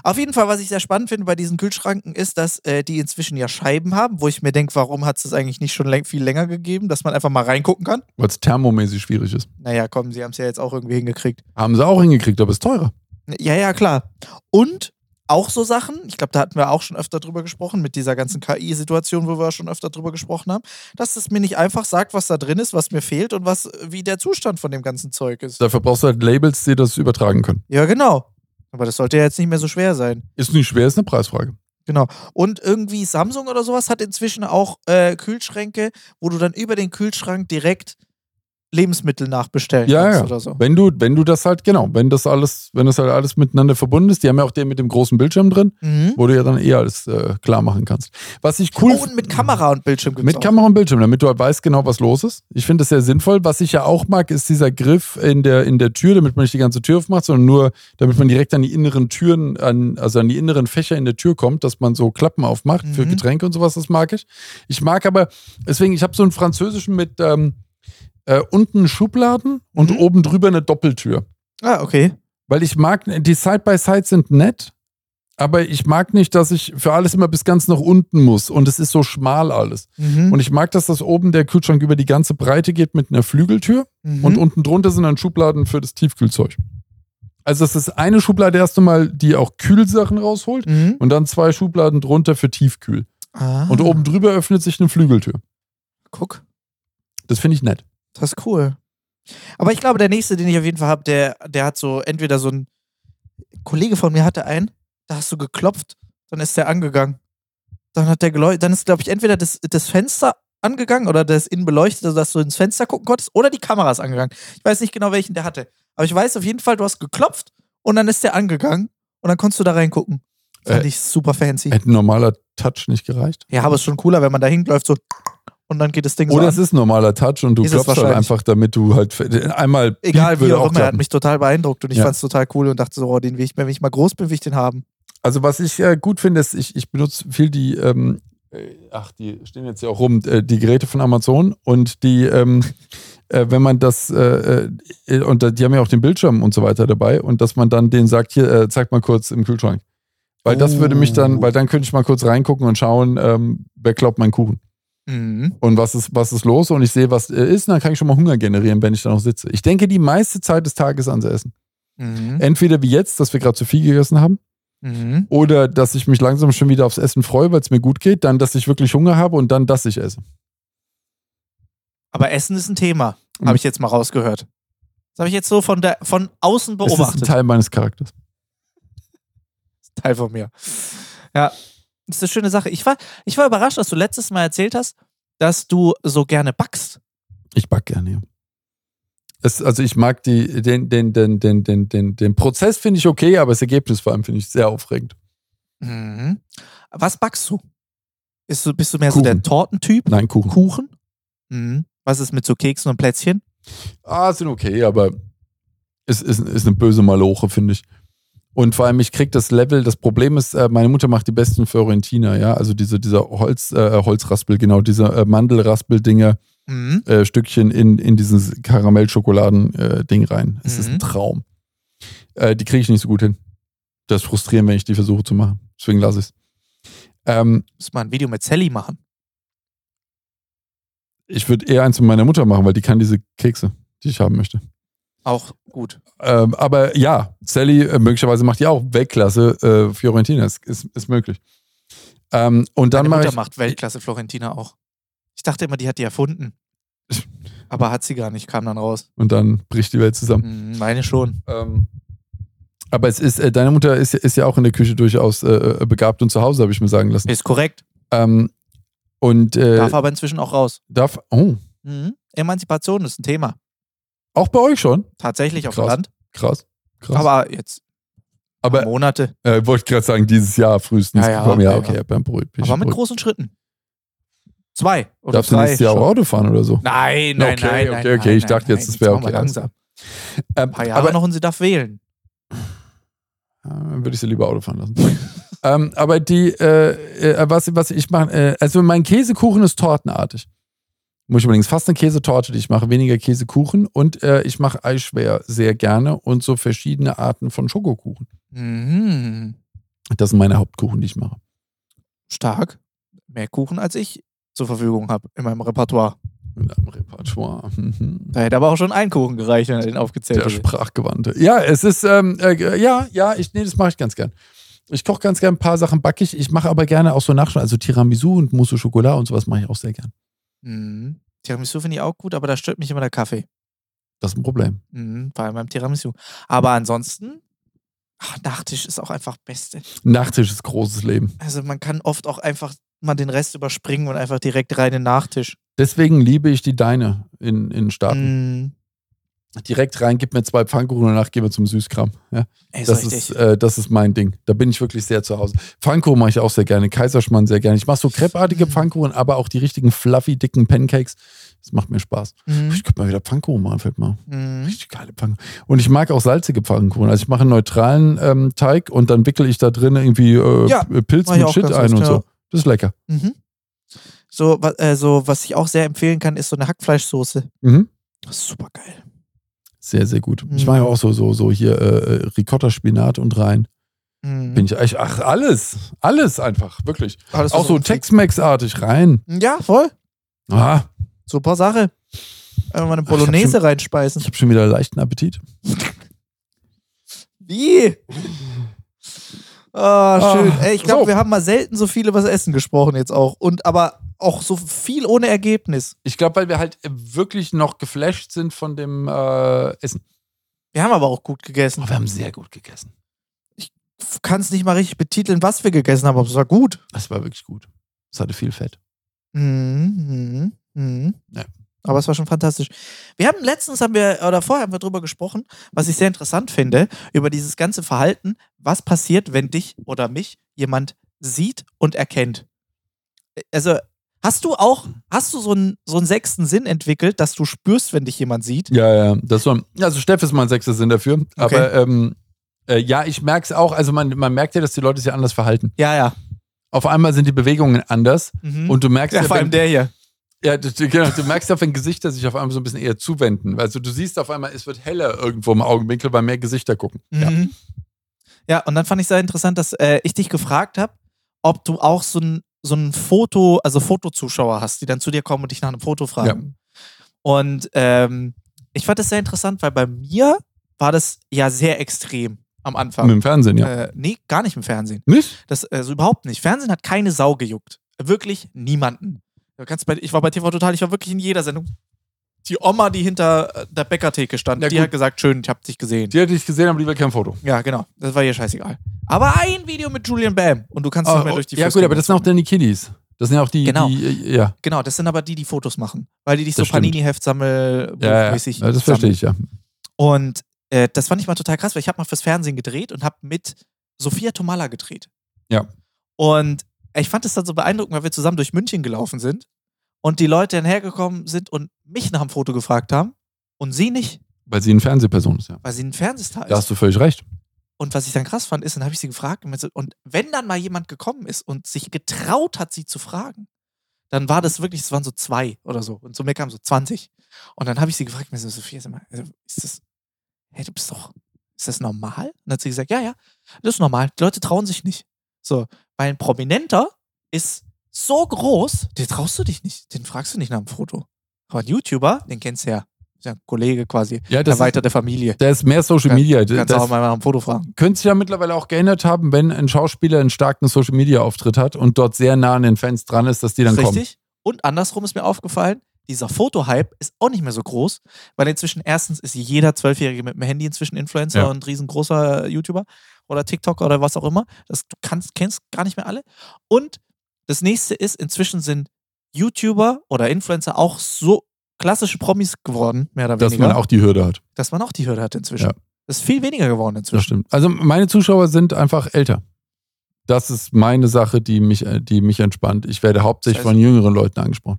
[SPEAKER 1] Auf jeden Fall, was ich sehr spannend finde bei diesen Kühlschranken, ist, dass äh, die inzwischen ja Scheiben haben, wo ich mir denke, warum hat es das eigentlich nicht schon läng viel länger gegeben, dass man einfach mal reingucken kann?
[SPEAKER 2] Weil es thermomäßig schwierig ist.
[SPEAKER 1] Naja, komm, sie haben es ja jetzt auch irgendwie hingekriegt.
[SPEAKER 2] Haben sie auch hingekriegt, aber ist teurer.
[SPEAKER 1] Ja, ja, klar. Und auch so Sachen, ich glaube, da hatten wir auch schon öfter drüber gesprochen, mit dieser ganzen KI-Situation, wo wir schon öfter drüber gesprochen haben, dass es mir nicht einfach sagt, was da drin ist, was mir fehlt und was, äh, wie der Zustand von dem ganzen Zeug ist.
[SPEAKER 2] Dafür brauchst du halt Labels, die das übertragen können.
[SPEAKER 1] Ja, genau. Aber das sollte ja jetzt nicht mehr so schwer sein.
[SPEAKER 2] Ist nicht schwer, ist eine Preisfrage.
[SPEAKER 1] Genau. Und irgendwie Samsung oder sowas hat inzwischen auch äh, Kühlschränke, wo du dann über den Kühlschrank direkt Lebensmittel nachbestellen
[SPEAKER 2] Ja,
[SPEAKER 1] kannst
[SPEAKER 2] ja.
[SPEAKER 1] oder so.
[SPEAKER 2] Wenn du, wenn du das halt, genau, wenn das alles, wenn das halt alles miteinander verbunden ist, die haben ja auch den mit dem großen Bildschirm drin.
[SPEAKER 1] Mhm.
[SPEAKER 2] wo du ja dann eher alles äh, klar machen kannst. Was ich cool
[SPEAKER 1] Oh, und mit Kamera und Bildschirm gibt's
[SPEAKER 2] mit
[SPEAKER 1] auch.
[SPEAKER 2] Kamera und Bildschirm, damit du halt weißt genau, was los ist. Ich finde das sehr sinnvoll. Was ich ja auch mag, ist dieser Griff in der, in der Tür, damit man nicht die ganze Tür aufmacht, sondern nur, damit man direkt an die inneren Türen, an, also an die inneren Fächer in der Tür kommt, dass man so Klappen aufmacht für
[SPEAKER 1] Mhm.
[SPEAKER 2] Getränke und sowas, das mag ich. Ich mag aber, deswegen, ich habe so einen französischen mit ähm, äh, unten Schubladen und
[SPEAKER 1] Mhm.
[SPEAKER 2] oben drüber eine Doppeltür.
[SPEAKER 1] Ah, okay.
[SPEAKER 2] Weil ich mag, die Side-by-Side sind nett, aber ich mag nicht, dass ich für alles immer bis ganz nach unten muss und es ist so schmal alles.
[SPEAKER 1] Mhm.
[SPEAKER 2] Und ich mag, dass das oben der Kühlschrank über die ganze Breite geht mit einer Flügeltür
[SPEAKER 1] mhm.
[SPEAKER 2] und unten drunter sind dann Schubladen für das Tiefkühlzeug. Also das ist eine Schublade erst einmal, die auch Kühlsachen rausholt
[SPEAKER 1] Mhm.
[SPEAKER 2] und dann zwei Schubladen drunter für Tiefkühl.
[SPEAKER 1] Ah,
[SPEAKER 2] Und oben drüber öffnet sich eine Flügeltür.
[SPEAKER 1] Guck,
[SPEAKER 2] Das finde ich nett.
[SPEAKER 1] das ist cool. Aber ich glaube, der nächste, den ich auf jeden Fall habe, der, der hat so entweder so ein ein Kollege von mir hatte einen, da hast du geklopft, dann ist der angegangen. Dann hat der geleuchtet, dann ist, glaube ich, entweder das, das Fenster angegangen oder das innen beleuchtet, also dass du ins Fenster gucken konntest, oder die Kamera ist angegangen. Ich weiß nicht genau, welchen der hatte. Aber ich weiß auf jeden Fall, du hast geklopft und dann ist der angegangen und dann konntest du da reingucken. Fand
[SPEAKER 2] Äh,
[SPEAKER 1] ich super fancy.
[SPEAKER 2] Hätte ein normaler Touch nicht gereicht.
[SPEAKER 1] ja, aber ist schon cooler, wenn man da hinläuft so und dann geht das Ding so.
[SPEAKER 2] Oder
[SPEAKER 1] an.
[SPEAKER 2] es ist ein normaler Touch und du
[SPEAKER 1] Ist es
[SPEAKER 2] klopfst halt
[SPEAKER 1] wahrscheinlich.
[SPEAKER 2] einfach, damit du halt einmal
[SPEAKER 1] Egal wie
[SPEAKER 2] würde
[SPEAKER 1] auch immer, er hat
[SPEAKER 2] klappen.
[SPEAKER 1] mich total beeindruckt und ich
[SPEAKER 2] Ja.
[SPEAKER 1] fand's total cool und dachte so, oh, den will ich, wenn ich mal groß bin, will ich den haben.
[SPEAKER 2] Also was ich äh, gut finde, ist, ich, ich benutze viel die, ähm, äh, ach, die stehen jetzt ja auch rum, äh, die Geräte von Amazon und die, ähm, äh, wenn man das, äh, äh, und da- die haben ja auch den Bildschirm und so weiter dabei und dass man dann denen sagt, hier, äh, zeig mal kurz im Kühlschrank. Weil das würde mich dann,
[SPEAKER 1] Oh.
[SPEAKER 2] weil dann könnte ich mal kurz reingucken und schauen, ähm, wer klaut meinen Kuchen
[SPEAKER 1] Mhm.
[SPEAKER 2] und was ist, was ist los und ich sehe, was äh, ist und dann kann ich schon mal Hunger generieren, wenn ich da noch sitze. Ich denke, die meiste Zeit des Tages ans Essen.
[SPEAKER 1] Mhm.
[SPEAKER 2] Entweder wie jetzt, dass wir gerade zu viel gegessen haben,
[SPEAKER 1] Mhm.
[SPEAKER 2] oder dass ich mich langsam schon wieder aufs Essen freue, weil es mir gut geht, dann, dass ich wirklich Hunger habe und dann, dass ich esse.
[SPEAKER 1] Aber Essen ist ein Thema,
[SPEAKER 2] Mhm.
[SPEAKER 1] habe ich jetzt mal rausgehört. Das habe ich jetzt so von, der, von außen
[SPEAKER 2] Das ist
[SPEAKER 1] beobachtet.
[SPEAKER 2] ein Teil meines Charakters.
[SPEAKER 1] Teil von mir. Ja, das ist eine schöne Sache. Ich war, ich war überrascht, dass du letztes Mal erzählt hast, dass du so gerne backst.
[SPEAKER 2] Ich back gerne. Ja. Es, also ich mag die, den, den, den, den, den, den, den Prozess finde ich okay, aber das Ergebnis vor allem finde ich sehr aufregend.
[SPEAKER 1] Mhm. Was backst du? Ist du bist du mehr
[SPEAKER 2] Kuchen.
[SPEAKER 1] so der Tortentyp?
[SPEAKER 2] Nein, Kuchen.
[SPEAKER 1] Kuchen? Mhm. Was ist mit so Keksen und Plätzchen?
[SPEAKER 2] Ah, sind okay, aber es ist, ist eine böse Maloche, finde ich. Und vor allem, ich krieg das Level, das Problem ist, äh, meine Mutter macht die besten Fiorentina, ja, also diese, dieser Holz, äh, Holzraspel, genau, diese äh, Mandelraspel-Dinger,
[SPEAKER 1] Mhm.
[SPEAKER 2] äh, Stückchen in, in dieses Karamell-Schokoladen-Ding rein. Es ist
[SPEAKER 1] Mhm.
[SPEAKER 2] ein Traum. Äh, die kriege ich nicht so gut hin. Das ist frustrierend, wenn ich die versuche zu machen. Deswegen lasse ich es. Ähm,
[SPEAKER 1] Muss mal ein Video mit Sally machen.
[SPEAKER 2] ich würde eher eins mit meiner Mutter machen, weil die kann diese Kekse, die ich haben möchte.
[SPEAKER 1] Auch gut.
[SPEAKER 2] Ähm, aber ja, Sally äh, möglicherweise macht die auch Weltklasse äh, Fiorentina. Ist, ist, ist möglich. Ähm, und dann
[SPEAKER 1] Meine
[SPEAKER 2] mache
[SPEAKER 1] Mutter
[SPEAKER 2] ich.
[SPEAKER 1] macht Weltklasse Florentina auch. Ich dachte immer, die hat die erfunden.
[SPEAKER 2] (laughs)
[SPEAKER 1] Aber hat sie gar nicht, kam dann raus.
[SPEAKER 2] Und dann bricht die Welt zusammen.
[SPEAKER 1] Hm, Meine schon.
[SPEAKER 2] Ähm, aber es ist, äh, deine Mutter ist, ja- ist ja auch in der Küche durchaus äh, äh, begabt und zu Hause, habe ich mir sagen lassen.
[SPEAKER 1] Ist korrekt.
[SPEAKER 2] Ähm, und äh,
[SPEAKER 1] Darf aber inzwischen auch raus.
[SPEAKER 2] darf oh,
[SPEAKER 1] Mhm. Emanzipation ist ein Thema.
[SPEAKER 2] auch bei euch schon?
[SPEAKER 1] Tatsächlich auf dem
[SPEAKER 2] Krass,
[SPEAKER 1] Land.
[SPEAKER 2] Krass. Krass.
[SPEAKER 1] Aber jetzt
[SPEAKER 2] Aber-
[SPEAKER 1] Monate.
[SPEAKER 2] Äh, wollte ich gerade sagen, dieses Jahr frühestens.
[SPEAKER 1] Ja, ja,
[SPEAKER 2] gekommen. ja
[SPEAKER 1] ja,
[SPEAKER 2] okay,
[SPEAKER 1] ja.
[SPEAKER 2] ja. bin beruhigt. Bin ich
[SPEAKER 1] Aber mit
[SPEAKER 2] beruhigt.
[SPEAKER 1] großen Schritten. Zwei oder
[SPEAKER 2] Darfst du
[SPEAKER 1] drei.
[SPEAKER 2] nächstes Jahr
[SPEAKER 1] schon.
[SPEAKER 2] auch Auto fahren oder so?
[SPEAKER 1] Nein, nein,
[SPEAKER 2] Okay,
[SPEAKER 1] nein. nein,
[SPEAKER 2] okay, okay,
[SPEAKER 1] nein,
[SPEAKER 2] ich dachte
[SPEAKER 1] nein,
[SPEAKER 2] jetzt,
[SPEAKER 1] nein.
[SPEAKER 2] das wäre
[SPEAKER 1] machen wir
[SPEAKER 2] okay, alles
[SPEAKER 1] Langsam.
[SPEAKER 2] Ähm,
[SPEAKER 1] Ein paar Jahre
[SPEAKER 2] aber
[SPEAKER 1] noch und sie darf wählen.
[SPEAKER 2] Äh, würde ich sie lieber Auto fahren lassen. (laughs) ähm, aber die, äh, äh, was, was ich mache, äh, also mein Käsekuchen ist tortenartig. Muss ich übrigens fast eine Käsetorte, die ich mache, weniger Käsekuchen und äh, ich mache Eischwer sehr gerne und so verschiedene Arten von Schokokuchen.
[SPEAKER 1] Mhm.
[SPEAKER 2] Das sind meine Hauptkuchen, die ich mache.
[SPEAKER 1] Stark. Mehr Kuchen, als ich zur Verfügung habe in meinem Repertoire.
[SPEAKER 2] In einem Repertoire. Mhm.
[SPEAKER 1] Da hätte aber auch schon ein Kuchen gereicht, wenn er den aufgezählt
[SPEAKER 2] Der
[SPEAKER 1] hätte.
[SPEAKER 2] Sprachgewandte. Ja, es ist, ähm, äh, ja, ja, ich, nee, das mache ich ganz gern. Ich koche ganz gern ein paar Sachen backig. Ich mache aber gerne auch so Nachschlag, also Tiramisu und Mousse au Chocolat und sowas mache ich auch sehr gern.
[SPEAKER 1] Mhm. Tiramisu finde ich auch gut, aber da stört mich immer der Kaffee.
[SPEAKER 2] Das ist ein Problem.
[SPEAKER 1] Mhm. Vor allem beim Tiramisu. Aber ansonsten, ach, Nachtisch ist auch einfach Beste.
[SPEAKER 2] Nachtisch ist großes Leben.
[SPEAKER 1] Also man kann oft auch einfach mal den Rest überspringen und einfach direkt rein in den Nachtisch.
[SPEAKER 2] Deswegen liebe ich die Deine in, in Staaten.
[SPEAKER 1] Mhm.
[SPEAKER 2] Direkt rein, gib mir zwei Pfannkuchen und danach gehen wir zum Süßkram. Ja,
[SPEAKER 1] Ey, ist
[SPEAKER 2] das,
[SPEAKER 1] richtig.
[SPEAKER 2] ist, äh, das ist mein Ding. Da bin ich wirklich sehr zu Hause. Pfannkuchen mache ich auch sehr gerne, Kaiserschmarrn sehr gerne. Ich mache so krepartige
[SPEAKER 1] Mhm.
[SPEAKER 2] Pfannkuchen, aber auch die richtigen fluffy, dicken Pancakes. Das macht mir Spaß.
[SPEAKER 1] Mhm.
[SPEAKER 2] äh, Ich könnte mal wieder Pfannkuchen machen, fällt mal.
[SPEAKER 1] Mhm.
[SPEAKER 2] Richtig geile Pfannkuchen. Und ich mag auch salzige Pfannkuchen. Also ich mache einen neutralen ähm, Teig und dann wickel ich da drin irgendwie äh,
[SPEAKER 1] Ja,
[SPEAKER 2] Pilz
[SPEAKER 1] mach ich
[SPEAKER 2] mit
[SPEAKER 1] auch
[SPEAKER 2] Shit
[SPEAKER 1] ganz
[SPEAKER 2] ein
[SPEAKER 1] oft,
[SPEAKER 2] und
[SPEAKER 1] ja.
[SPEAKER 2] so. Das ist lecker.
[SPEAKER 1] Mhm. So, wa- äh, so, was ich auch sehr empfehlen kann, ist so eine Hackfleischsoße.
[SPEAKER 2] Mhm.
[SPEAKER 1] Das ist super geil.
[SPEAKER 2] Sehr, sehr gut. Ich
[SPEAKER 1] Mhm.
[SPEAKER 2] mache ja auch so, so, so hier äh, Ricotta, Spinat und rein.
[SPEAKER 1] Mhm.
[SPEAKER 2] Bin ich echt, ach, alles. Alles einfach, wirklich.
[SPEAKER 1] Alles, was
[SPEAKER 2] auch so
[SPEAKER 1] uns liegt.
[SPEAKER 2] Tex-Mex-artig rein.
[SPEAKER 1] Ja, voll.
[SPEAKER 2] Ah,
[SPEAKER 1] Super Sache. Einfach mal eine
[SPEAKER 2] Ach, ich hab
[SPEAKER 1] Bolognese
[SPEAKER 2] schon-
[SPEAKER 1] reinspeisen.
[SPEAKER 2] ich habe schon wieder leichten Appetit.
[SPEAKER 1] Wie? Ah, schön.
[SPEAKER 2] Ah,
[SPEAKER 1] Ey, ich glaube,
[SPEAKER 2] so.
[SPEAKER 1] wir haben mal selten so viel über das Essen gesprochen jetzt auch. Und aber auch so viel ohne Ergebnis.
[SPEAKER 2] Ich glaube, weil wir halt wirklich noch geflasht sind von dem äh, Essen.
[SPEAKER 1] Wir haben aber auch gut gegessen.
[SPEAKER 2] Aber wir haben sehr gut gegessen.
[SPEAKER 1] Kann es nicht mal richtig betiteln, was wir gegessen haben, aber es war gut.
[SPEAKER 2] Das war wirklich gut. Es hatte viel Fett.
[SPEAKER 1] Mhm, mhm, mhm.
[SPEAKER 2] Ja.
[SPEAKER 1] Aber es war schon fantastisch. Wir haben letztens haben wir oder vorher haben wir drüber gesprochen, was ich sehr interessant finde, über dieses ganze Verhalten, was passiert, wenn dich oder mich jemand sieht und erkennt. Also hast du auch hast du so einen so einen sechsten Sinn entwickelt, dass du spürst, wenn dich jemand sieht?
[SPEAKER 2] Ja, ja. Das war, also Steff ist mein sechster Sinn dafür. Aber ähm, äh, ja, ich merke es auch. Also man, man merkt ja, dass die Leute sich anders verhalten.
[SPEAKER 1] Ja, ja.
[SPEAKER 2] Auf einmal sind die Bewegungen anders.
[SPEAKER 1] Mhm.
[SPEAKER 2] Und du merkst
[SPEAKER 1] ja, vor
[SPEAKER 2] wenn-
[SPEAKER 1] allem der hier.
[SPEAKER 2] Ja, du, du, genau, du merkst auf den Gesichter sich auf einmal so ein bisschen eher zuwenden. Also du siehst auf einmal, es wird heller irgendwo im Augenwinkel, weil mehr Gesichter gucken. Ja.
[SPEAKER 1] Mhm. Ja, und dann fand ich sehr interessant, dass äh, ich dich gefragt habe, ob du auch so ein, so ein Foto, also Fotozuschauer hast, die dann zu dir kommen und dich nach einem Foto fragen. Und ähm, ich fand das sehr interessant, weil bei mir war das ja sehr extrem am
[SPEAKER 2] Mit
[SPEAKER 1] Anfang.
[SPEAKER 2] dem Fernsehen, ja.
[SPEAKER 1] Äh, nee, gar nicht im Fernsehen.
[SPEAKER 2] Nicht?
[SPEAKER 1] Das also überhaupt nicht. Fernsehen hat keine Sau gejuckt. Wirklich niemanden. Du kannst bei, ich war bei TV Total, ich war wirklich in jeder Sendung. Die Oma, die hinter äh, der Bäckertheke stand,
[SPEAKER 2] Ja,
[SPEAKER 1] die
[SPEAKER 2] gut.
[SPEAKER 1] hat gesagt, schön, ich hab dich gesehen.
[SPEAKER 2] Die hätte ich gesehen, aber lieber kein Foto.
[SPEAKER 1] Ja, genau. Das war ihr scheißegal. Aber ein Video mit Julian Bam und du kannst
[SPEAKER 2] Ah,
[SPEAKER 1] nicht mehr durch die
[SPEAKER 2] ja,
[SPEAKER 1] Frist
[SPEAKER 2] gut, aber
[SPEAKER 1] gehen.
[SPEAKER 2] das sind auch dann die Kiddies. Das sind ja auch die,
[SPEAKER 1] Genau.
[SPEAKER 2] die äh, ja.
[SPEAKER 1] Genau, das sind aber die, die Fotos machen, weil die dich so
[SPEAKER 2] Das stimmt.
[SPEAKER 1] Panini-Heft sammel
[SPEAKER 2] Ja, ja.
[SPEAKER 1] buchmäßig
[SPEAKER 2] ja, das
[SPEAKER 1] sammeln.
[SPEAKER 2] verstehe ich, ja.
[SPEAKER 1] Und äh, das fand ich mal total krass, weil ich habe mal fürs Fernsehen gedreht und habe mit Sophia Tomala gedreht.
[SPEAKER 2] Ja.
[SPEAKER 1] Und ich fand es dann so beeindruckend, weil wir zusammen durch München gelaufen sind und die Leute dann hergekommen sind und mich nach dem Foto gefragt haben und sie nicht,
[SPEAKER 2] Weil sie eine Fernsehperson ist, ja.
[SPEAKER 1] weil sie ein Fernsehstar ist.
[SPEAKER 2] Da hast du völlig recht.
[SPEAKER 1] Und was ich dann krass fand, ist, dann habe ich sie gefragt. Und, meinte so, und wenn dann mal jemand gekommen ist und sich getraut hat, sie zu fragen, dann war das wirklich, es waren so zwei oder so. Und zu mir kamen so 20. Und dann habe ich sie gefragt, ich mir so, Sophia, sag mal, also, ist das, hey, du bist doch, ist das normal? Und dann hat sie gesagt, ja, ja, das ist normal. Die Leute trauen sich nicht. So, weil ein Prominenter ist so groß, den traust du dich nicht, den fragst du nicht nach dem Foto. Aber ein YouTuber, den kennst du ja. Ist ja ein Kollege quasi,
[SPEAKER 2] Ja, das ist,
[SPEAKER 1] erweiterte Familie.
[SPEAKER 2] der ist mehr Social Media.
[SPEAKER 1] Kannst du auch
[SPEAKER 2] Das
[SPEAKER 1] mal nach dem Foto fragen.
[SPEAKER 2] könnte sich ja mittlerweile auch geändert haben, wenn ein Schauspieler einen starken Social Media Auftritt hat und dort sehr nah an den Fans dran ist, dass die dann kommen.
[SPEAKER 1] Richtig. Und andersrum ist mir aufgefallen, dieser Foto-Hype ist auch nicht mehr so groß, weil inzwischen erstens ist jeder Zwölfjährige mit dem Handy inzwischen Influencer
[SPEAKER 2] Ja.
[SPEAKER 1] und riesengroßer äh, YouTuber oder TikToker oder was auch immer. Das, du kannst, kennst gar nicht mehr alle. Und das nächste ist, inzwischen sind YouTuber oder Influencer auch so klassische Promis geworden, mehr oder
[SPEAKER 2] Dass
[SPEAKER 1] weniger,
[SPEAKER 2] man auch die Hürde hat.
[SPEAKER 1] dass man auch die Hürde hat inzwischen.
[SPEAKER 2] Ja.
[SPEAKER 1] Das ist viel weniger geworden
[SPEAKER 2] Das
[SPEAKER 1] inzwischen.
[SPEAKER 2] stimmt. Also meine Zuschauer sind einfach älter. Das ist meine Sache, die mich, äh, die mich entspannt. Ich werde hauptsächlich
[SPEAKER 1] Das heißt-
[SPEAKER 2] von jüngeren Leuten angesprochen.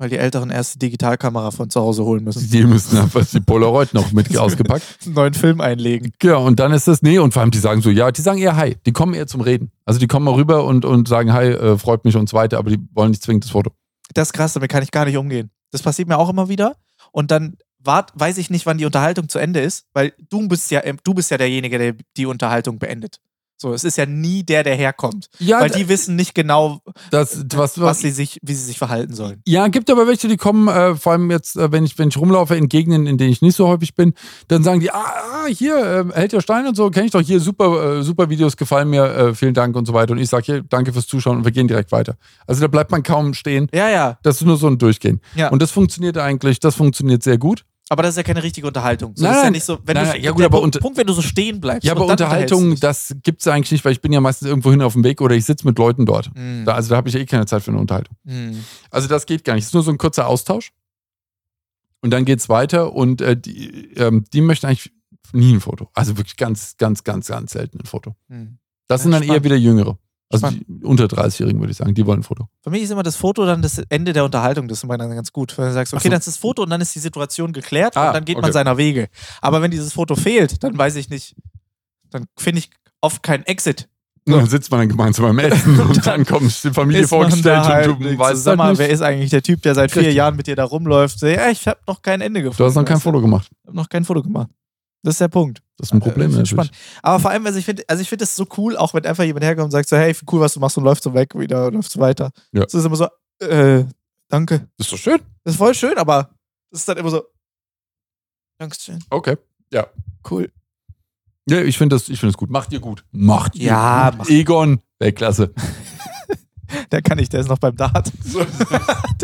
[SPEAKER 1] Weil die Älteren erst die Digitalkamera von zu Hause holen müssen.
[SPEAKER 2] Die müssen einfach die Polaroid noch mit ausgepackt.
[SPEAKER 1] Einen neuen Film einlegen.
[SPEAKER 2] Genau, und dann ist das, nee, und vor allem die sagen so, ja, die sagen eher Hi, die kommen eher zum Reden. Also die kommen mal rüber und, und sagen Hi, äh, freut mich und so weiter, aber die wollen nicht zwingend das Foto.
[SPEAKER 1] das ist krass, damit kann ich gar nicht umgehen. Das passiert mir auch immer wieder. Und dann wart, weiß ich nicht, wann die Unterhaltung zu Ende ist, weil du bist ja, ähm, du bist ja derjenige, der die Unterhaltung beendet. So, es ist ja nie der, der herkommt.
[SPEAKER 2] Ja,
[SPEAKER 1] weil die wissen nicht genau,
[SPEAKER 2] das, was,
[SPEAKER 1] was
[SPEAKER 2] was,
[SPEAKER 1] sie sich, wie sie sich verhalten sollen.
[SPEAKER 2] ja, gibt aber welche, die kommen, äh, vor allem jetzt, äh, wenn, ich, wenn ich rumlaufe in Gegenden, in denen ich nicht so häufig bin, dann sagen die, ah, ah, hier, äh, hält der Stein und so, kenne ich doch hier, super, äh, super Videos, gefallen mir, äh, vielen Dank und so weiter. Und ich sage hier, danke fürs Zuschauen und wir gehen direkt weiter. Also da bleibt man kaum stehen.
[SPEAKER 1] Ja, ja.
[SPEAKER 2] Das ist nur so ein Durchgehen.
[SPEAKER 1] Ja.
[SPEAKER 2] Und das funktioniert eigentlich, das funktioniert sehr gut.
[SPEAKER 1] Aber das ist ja keine richtige Unterhaltung. So,
[SPEAKER 2] Nein,
[SPEAKER 1] das ist ja
[SPEAKER 2] nein.
[SPEAKER 1] nicht so, wenn
[SPEAKER 2] Nein,
[SPEAKER 1] du,
[SPEAKER 2] nein, ja gut,
[SPEAKER 1] der
[SPEAKER 2] aber
[SPEAKER 1] Punkt,
[SPEAKER 2] unter-
[SPEAKER 1] Punkt, wenn du so stehen bleibst.
[SPEAKER 2] Ja, aber
[SPEAKER 1] und dann
[SPEAKER 2] Unterhaltung,
[SPEAKER 1] unterhältst
[SPEAKER 2] das gibt's eigentlich nicht, weil ich bin ja meistens irgendwo hin auf dem Weg oder ich sitze mit Leuten dort.
[SPEAKER 1] du dich. Mhm.
[SPEAKER 2] Da, also da habe ich eh keine Zeit für eine Unterhaltung.
[SPEAKER 1] Mhm.
[SPEAKER 2] Also das geht gar nicht. Es ist nur so ein kurzer Austausch. Und dann geht's weiter und äh, die, ähm, die möchten eigentlich nie ein Foto. Also wirklich ganz, ganz, ganz, ganz selten ein Foto.
[SPEAKER 1] Mhm.
[SPEAKER 2] Das
[SPEAKER 1] Ja,
[SPEAKER 2] sind dann
[SPEAKER 1] spannend.
[SPEAKER 2] eher wieder Jüngere. Also die unter 30-Jährigen würde ich sagen, die wollen ein Foto.
[SPEAKER 1] Für mich ist immer das Foto dann das Ende der Unterhaltung. Das ist immer dann ganz gut. Wenn du sagst, okay,
[SPEAKER 2] Ach so.
[SPEAKER 1] dann ist das Foto und dann ist die Situation geklärt
[SPEAKER 2] Ah,
[SPEAKER 1] und dann geht man
[SPEAKER 2] okay.
[SPEAKER 1] seiner Wege. Aber wenn dieses Foto fehlt, dann weiß ich nicht, dann finde ich oft keinen Exit.
[SPEAKER 2] Und dann sitzt man dann gemeinsam
[SPEAKER 1] (laughs)
[SPEAKER 2] am Essen und dann kommt die Familie
[SPEAKER 1] Ist man
[SPEAKER 2] vorgestellt
[SPEAKER 1] da
[SPEAKER 2] und du
[SPEAKER 1] halbwegs
[SPEAKER 2] weißt
[SPEAKER 1] zusammen,
[SPEAKER 2] halt
[SPEAKER 1] wer
[SPEAKER 2] nicht.
[SPEAKER 1] ist eigentlich der Typ, der seit vier
[SPEAKER 2] Richtig.
[SPEAKER 1] Jahren mit dir da rumläuft? Ja, ich habe noch kein Ende gefunden.
[SPEAKER 2] Du hast noch kein
[SPEAKER 1] weißt
[SPEAKER 2] Foto gemacht.
[SPEAKER 1] Ich habe noch kein Foto gemacht. Das ist der Punkt.
[SPEAKER 2] Das ist ein Problem
[SPEAKER 1] Äh,
[SPEAKER 2] natürlich.
[SPEAKER 1] spannend. Aber vor allem, also ich finde, also ich finde das so cool, auch wenn einfach jemand herkommt und sagt so, hey, cool, was du machst und läuft so weg wieder, läuft so weiter.
[SPEAKER 2] Ja.
[SPEAKER 1] Das ist immer so, äh, danke.
[SPEAKER 2] Ist doch schön.
[SPEAKER 1] Das ist voll schön, aber es ist dann immer so. Dankeschön.
[SPEAKER 2] Okay.
[SPEAKER 1] Cool.
[SPEAKER 2] Ja, ich finde das, ich finde es gut. Macht ihr gut. Macht ihr
[SPEAKER 1] Ja,
[SPEAKER 2] gut.
[SPEAKER 1] macht-
[SPEAKER 2] Egon, Weltklasse.
[SPEAKER 1] Der kann ich, der ist noch beim Dart.
[SPEAKER 2] (laughs)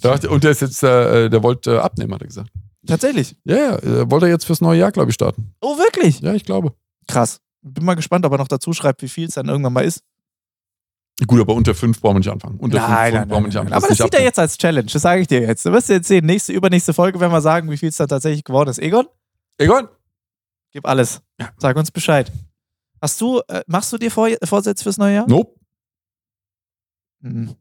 [SPEAKER 2] Da- Und der ist jetzt, äh, der wollte äh, abnehmen, hat er gesagt.
[SPEAKER 1] Tatsächlich.
[SPEAKER 2] Ja, ja, äh, wollte er jetzt fürs neue Jahr, glaube ich, starten.
[SPEAKER 1] Oh, wirklich?
[SPEAKER 2] Ja, ich glaube.
[SPEAKER 1] Krass. Bin mal gespannt, ob er noch dazu schreibt, wie viel es dann irgendwann mal ist.
[SPEAKER 2] Gut, aber unter fünf brauchen wir nicht anfangen. Unter fünf brauchen wir nicht anfangen.
[SPEAKER 1] Aber das
[SPEAKER 2] ist
[SPEAKER 1] sieht
[SPEAKER 2] nicht
[SPEAKER 1] er
[SPEAKER 2] abnehmen.
[SPEAKER 1] jetzt als Challenge, das sage ich dir jetzt. Du wirst jetzt sehen, nächste, übernächste Folge, wenn wir sagen, wie viel es dann tatsächlich geworden ist. Egon,
[SPEAKER 2] Egon,
[SPEAKER 1] gib alles. Sag uns Bescheid. Hast du, äh, machst du dir Vor Vorsätze fürs neue Jahr?
[SPEAKER 2] nope.
[SPEAKER 1] Mhm.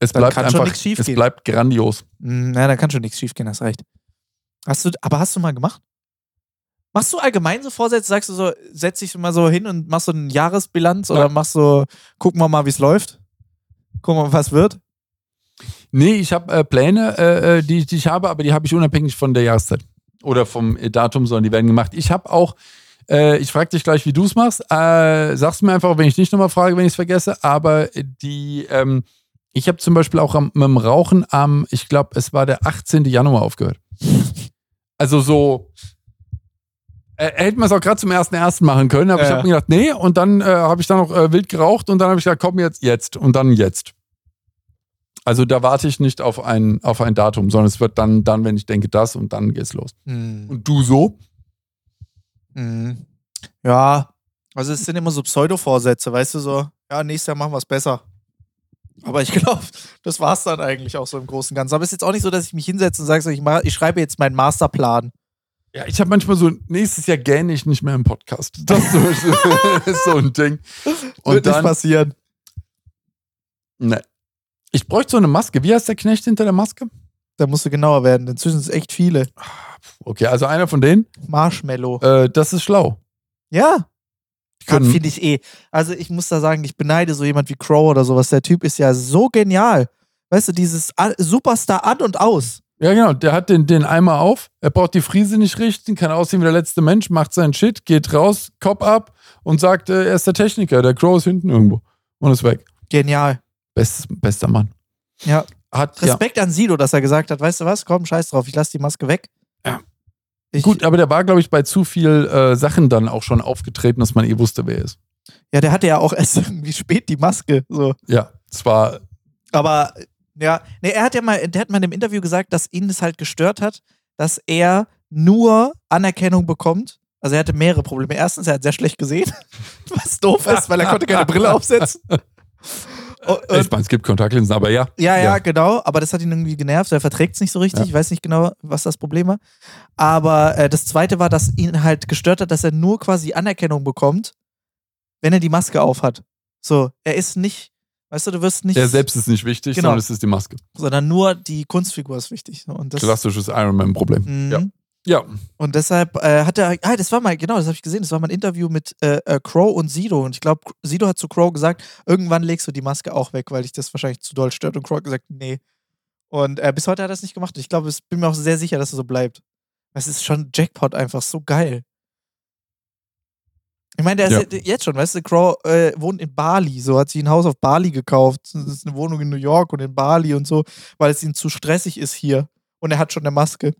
[SPEAKER 2] Es
[SPEAKER 1] Dann
[SPEAKER 2] bleibt
[SPEAKER 1] kann schon
[SPEAKER 2] einfach,
[SPEAKER 1] nichts schief
[SPEAKER 2] es
[SPEAKER 1] gehen.
[SPEAKER 2] bleibt grandios.
[SPEAKER 1] Mhm, Na, da kann schon nichts schief gehen, hast recht. Hast du, aber hast du mal gemacht? Machst du allgemein so Vorsätze? Sagst du so, setz dich mal so hin und machst so eine Jahresbilanz oder
[SPEAKER 2] Nein.
[SPEAKER 1] machst so, gucken wir mal, wie es läuft? Gucken wir mal, was wird?
[SPEAKER 2] Nee, ich habe äh, Pläne, äh, äh, die, ich- die ich habe, aber die habe ich unabhängig von der Jahreszeit oder vom äh, Datum, sondern die werden gemacht. Ich habe auch, äh, ich frage dich gleich, wie du es machst. Äh, sagst mir einfach, wenn ich nicht nochmal frage, wenn ich es vergesse. Aber äh, die, ähm, ich habe zum Beispiel auch am, mit dem Rauchen am, ich glaube, es war der 18. Januar aufgehört. Also so. Äh, hätte man es auch gerade zum ersten ersten machen können, aber ich
[SPEAKER 1] Ja.
[SPEAKER 2] habe mir gedacht, nee, und dann äh, habe ich dann noch äh, wild geraucht und dann habe ich gesagt, komm jetzt, jetzt und dann jetzt. Also da warte ich nicht auf ein, auf ein Datum, sondern es wird dann, dann, wenn ich denke, das und dann geht's los.
[SPEAKER 1] Mhm.
[SPEAKER 2] Und du so?
[SPEAKER 1] Mhm. Ja, also es sind immer so Pseudo-Vorsätze, weißt du, so, ja, nächstes Jahr machen wir es besser. Aber ich glaube, das war es dann eigentlich auch so im Großen und Ganzen. Aber es ist jetzt auch nicht so, dass ich mich hinsetze und sage, so, ich, mach, ich schreibe jetzt meinen Masterplan.
[SPEAKER 2] Ja, ich habe manchmal so, nächstes Jahr gähne ich nicht mehr im Podcast. (laughs) Das zum Beispiel ist so ein Ding. Und
[SPEAKER 1] Wird nicht
[SPEAKER 2] dann,
[SPEAKER 1] passieren.
[SPEAKER 2] ne. Ich bräuchte so eine Maske. Wie heißt der Knecht hinter der Maske?
[SPEAKER 1] Da musst du genauer werden. Inzwischen sind es echt viele.
[SPEAKER 2] Okay, also einer von denen.
[SPEAKER 1] Marshmallow.
[SPEAKER 2] Äh, das ist schlau.
[SPEAKER 1] Ja. Kann
[SPEAKER 2] Können-
[SPEAKER 1] finde ich eh. Also ich muss da sagen, ich beneide so jemand wie Crow oder sowas. Der Typ ist ja so genial. Weißt du, dieses A- Superstar an und aus.
[SPEAKER 2] Ja, genau. Der hat den, den Eimer auf. Er braucht die Frise nicht richten, kann aussehen wie der letzte Mensch, macht seinen Shit, geht raus, Kopf ab und sagt, äh, er ist der Techniker. Der Crow ist hinten irgendwo und ist weg.
[SPEAKER 1] Genial.
[SPEAKER 2] Best, bester Mann.
[SPEAKER 1] Ja.
[SPEAKER 2] Hat, ja.
[SPEAKER 1] Respekt an Sido, dass er gesagt hat, weißt du was, komm, scheiß drauf, ich lass die Maske weg.
[SPEAKER 2] Ja.
[SPEAKER 1] Ich,
[SPEAKER 2] Gut, aber der war, glaube ich, bei zu viel äh, Sachen dann auch schon aufgetreten, dass man eh wusste, wer er ist.
[SPEAKER 1] Ja, der hatte ja auch erst (laughs) irgendwie spät die Maske. So.
[SPEAKER 2] Ja, es war
[SPEAKER 1] Aber ja, nee, er hat ja mal, der hat mal in einem Interview gesagt, dass ihn das halt gestört hat, dass er nur Anerkennung bekommt. Also er hatte mehrere Probleme. Erstens, er hat sehr schlecht gesehen, (laughs) was doof ist, weil er konnte keine Brille
[SPEAKER 2] (laughs)
[SPEAKER 1] aufsetzen. Und, und,
[SPEAKER 2] Ich meine, es gibt Kontaktlinsen, aber ja.
[SPEAKER 1] ja, ja,
[SPEAKER 2] Ja.
[SPEAKER 1] genau, aber das hat ihn irgendwie genervt. Er verträgt es nicht so richtig.
[SPEAKER 2] Ja.
[SPEAKER 1] Ich weiß nicht genau, was das Problem war. Aber äh, das Zweite war, dass ihn halt gestört hat, dass er nur quasi Anerkennung bekommt, wenn er die Maske aufhat. So, er ist nicht, weißt du, du wirst nicht,
[SPEAKER 2] Er selbst ist nicht wichtig,
[SPEAKER 1] Genau.
[SPEAKER 2] sondern es ist die Maske.
[SPEAKER 1] sondern nur die Kunstfigur ist wichtig. ne? Und das,
[SPEAKER 2] Klassisches Iron Man-Problem.
[SPEAKER 1] Mhm.
[SPEAKER 2] Ja. Ja,
[SPEAKER 1] Und deshalb äh, hat er, ah, das war mal, genau, das habe ich gesehen, das war mal ein Interview mit äh, äh, Crow und Sido. Und ich glaube, Sido hat zu Crow gesagt, irgendwann legst du die Maske auch weg, weil dich das wahrscheinlich zu doll stört. Und Crow hat gesagt, nee. Und äh, bis heute hat er das nicht gemacht. Und ich glaube, ich bin mir auch sehr sicher, dass es so bleibt. Es ist schon Jackpot einfach so geil. Ich meine, der ist ja. jetzt schon, weißt du, Crow äh, wohnt in Bali, so hat sich ein Haus auf Bali gekauft. Das ist eine Wohnung in New York und in Bali und so, weil es ihm zu stressig ist hier. Und er hat schon eine Maske.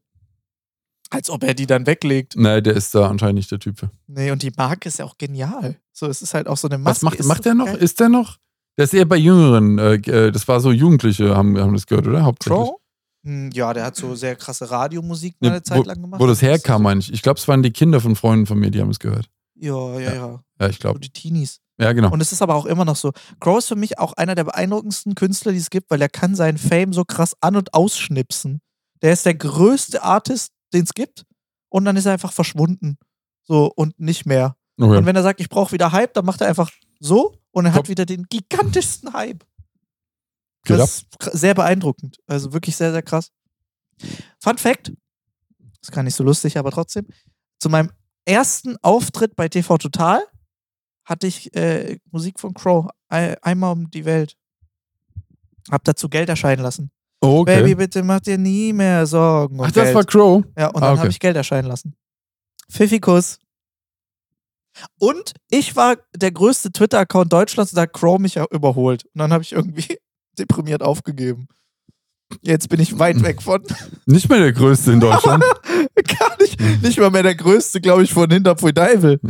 [SPEAKER 1] Als ob er die dann weglegt.
[SPEAKER 2] nee, ne, der ist da anscheinend nicht der Typ für.
[SPEAKER 1] Nee, und die Marke ist ja auch genial. So, es ist halt auch so eine Maske.
[SPEAKER 2] Was macht,
[SPEAKER 1] ist
[SPEAKER 2] macht
[SPEAKER 1] so
[SPEAKER 2] der noch?
[SPEAKER 1] geil.
[SPEAKER 2] Ist der noch? Der ist eher bei Jüngeren. äh, Äh, das war so Jugendliche, haben, haben das gehört, oder? Hauptsächlich.
[SPEAKER 1] Crow? Hm, Ja, der hat so sehr krasse Radiomusik
[SPEAKER 2] Ne,
[SPEAKER 1] mal eine Zeit lang gemacht.
[SPEAKER 2] Wo das herkam, meine ich. Ich glaube, es waren die Kinder von Freunden von mir, die haben es gehört.
[SPEAKER 1] Ja, ja, ja.
[SPEAKER 2] Ja, ich
[SPEAKER 1] So
[SPEAKER 2] glaube.
[SPEAKER 1] die Teenies.
[SPEAKER 2] Ja, genau.
[SPEAKER 1] Und es ist aber auch immer noch so. Crow ist für mich auch einer der beeindruckendsten Künstler, die es gibt, weil er kann seinen Fame so krass an- und ausschnipsen. Der ist der größte Artist, den es gibt. Und dann ist er einfach verschwunden. So und nicht mehr. Und
[SPEAKER 2] Okay.
[SPEAKER 1] wenn er sagt, ich brauche wieder Hype, dann macht er einfach so und er
[SPEAKER 2] Top.
[SPEAKER 1] hat wieder den gigantischsten Hype.
[SPEAKER 2] Geht ab.
[SPEAKER 1] Das ist kr- sehr beeindruckend. Also wirklich sehr, sehr krass. Fun Fact: Ist gar nicht so lustig, aber trotzdem. Zu meinem ersten Auftritt bei TV Total hatte ich äh, Musik von Crow. Ei- Einmal um die Welt. Hab dazu Geld erscheinen lassen. Baby,
[SPEAKER 2] okay.
[SPEAKER 1] bitte mach dir nie mehr Sorgen. Um
[SPEAKER 2] Ach, das
[SPEAKER 1] Geld.
[SPEAKER 2] war Crow.
[SPEAKER 1] Ja, und
[SPEAKER 2] Ah,
[SPEAKER 1] dann
[SPEAKER 2] okay.
[SPEAKER 1] habe ich Geld erscheinen lassen. Pfiffikus. Und ich war der größte Twitter-Account Deutschlands und da hat Crow mich ja überholt. Und dann habe ich irgendwie (laughs) deprimiert aufgegeben. Jetzt bin ich
[SPEAKER 2] Hm.
[SPEAKER 1] weit weg von, (laughs)
[SPEAKER 2] Nicht mehr der größte in Deutschland.
[SPEAKER 1] gar nicht, nicht mal mehr der Größte, glaube ich, von Hinterpfui Deivel.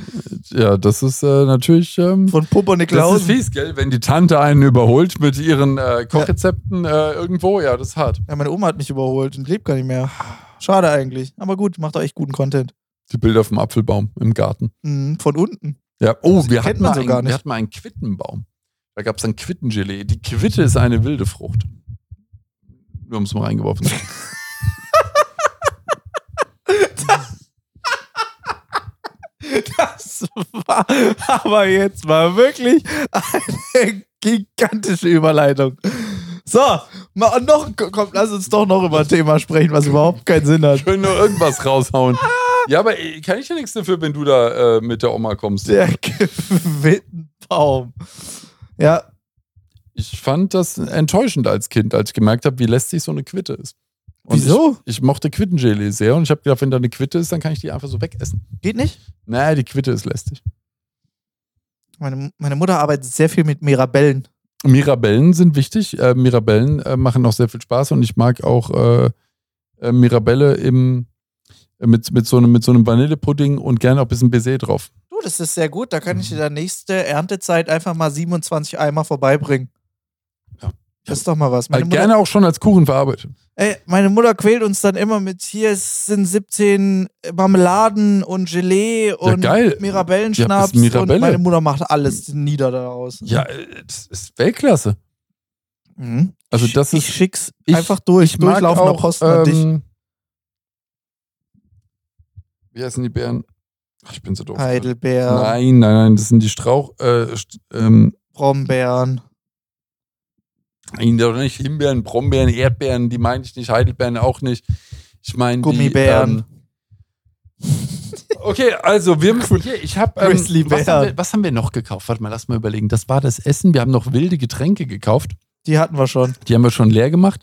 [SPEAKER 2] ja, das ist äh, natürlich. Ähm,
[SPEAKER 1] Von Poponik
[SPEAKER 2] Hm. das ist
[SPEAKER 1] Klausen.
[SPEAKER 2] fies, gell? Wenn die Tante einen überholt mit ihren äh, Kochrezepten äh, irgendwo, ja, das ist hart.
[SPEAKER 1] Ja, meine Oma hat mich überholt und lebt gar nicht mehr. Schade eigentlich. Aber gut, macht euch guten Content.
[SPEAKER 2] Die Bilder vom Apfelbaum im Garten.
[SPEAKER 1] Mhm, von unten.
[SPEAKER 2] Ja, oh,
[SPEAKER 1] Das
[SPEAKER 2] wir
[SPEAKER 1] kennt
[SPEAKER 2] hatten,
[SPEAKER 1] man
[SPEAKER 2] mal
[SPEAKER 1] so
[SPEAKER 2] einen,
[SPEAKER 1] gar nicht.
[SPEAKER 2] wir hatten mal einen Quittenbaum. Da gab es dann Quittengelee. Die Quitte ist eine wilde Frucht. Wir haben es mal reingeworfen. (laughs)
[SPEAKER 1] Das war aber jetzt mal wirklich eine gigantische Überleitung. So, ma- noch, komm, lass uns doch noch über ein Thema sprechen, was überhaupt keinen Sinn hat.
[SPEAKER 2] Ich will nur irgendwas raushauen. Ja, aber äh, kann ich ja nichts dafür, wenn du da äh, mit der Oma kommst.
[SPEAKER 1] Der Quittenbaum. Ja,
[SPEAKER 2] Ich fand das enttäuschend als Kind, als ich gemerkt habe, wie lästig so eine Quitte ist. Und
[SPEAKER 1] wieso?
[SPEAKER 2] Ich, ich mochte Quittengelee sehr und ich habe gedacht, wenn da eine Quitte ist, dann kann ich die einfach so wegessen.
[SPEAKER 1] Geht nicht?
[SPEAKER 2] Naja, die Quitte ist lästig.
[SPEAKER 1] Meine, meine Mutter arbeitet sehr viel mit Mirabellen.
[SPEAKER 2] Mirabellen sind wichtig. Äh, Mirabellen äh, machen auch sehr viel Spaß und ich mag auch äh, äh, Mirabelle im, äh, mit, mit, so einem, mit so einem Vanillepudding und gerne auch ein bisschen Baiser drauf.
[SPEAKER 1] Du, das ist sehr gut. Da kann
[SPEAKER 2] Hm.
[SPEAKER 1] ich dir der nächste Erntezeit einfach mal 27 Eimer vorbeibringen.
[SPEAKER 2] Ja.
[SPEAKER 1] Das ist doch mal was.
[SPEAKER 2] Äh,
[SPEAKER 1] Meine Mutter
[SPEAKER 2] gerne auch schon als Kuchen verarbeitet.
[SPEAKER 1] Ey, meine Mutter quält uns dann immer mit, hier es sind 17 Marmeladen und Gelee und
[SPEAKER 2] geil. Ja,
[SPEAKER 1] Mirabellenschnaps
[SPEAKER 2] ist Mirabelle.
[SPEAKER 1] und meine Mutter macht alles nieder daraus.
[SPEAKER 2] Ja, äh, das ist Weltklasse.
[SPEAKER 1] Mhm.
[SPEAKER 2] Also
[SPEAKER 1] Ich-
[SPEAKER 2] das ist-
[SPEAKER 1] ich schick's
[SPEAKER 2] ich-
[SPEAKER 1] einfach durch,
[SPEAKER 2] mag
[SPEAKER 1] durchlaufender
[SPEAKER 2] auch,
[SPEAKER 1] Posten an dich.
[SPEAKER 2] ähm, Wie heißen die Beeren? Ach, ich bin so doof.
[SPEAKER 1] Heidelbeer,
[SPEAKER 2] Nein, nein, nein, das sind die Strauch. Äh, st- ähm,
[SPEAKER 1] Brombeeren.
[SPEAKER 2] nein, doch nicht Himbeeren, Brombeeren, Erdbeeren, die meine ich nicht, Heidelbeeren auch nicht. Ich meine die,
[SPEAKER 1] Gummibären.
[SPEAKER 2] ähm, okay, also wir müssen hier, ich habe ähm, was, haben
[SPEAKER 1] Grizzlybären.
[SPEAKER 2] wir- was haben wir noch gekauft? Warte mal, lass mal überlegen. Das war das Essen. Wir haben noch wilde Getränke gekauft.
[SPEAKER 1] Die hatten wir schon.
[SPEAKER 2] Die haben wir schon leer gemacht.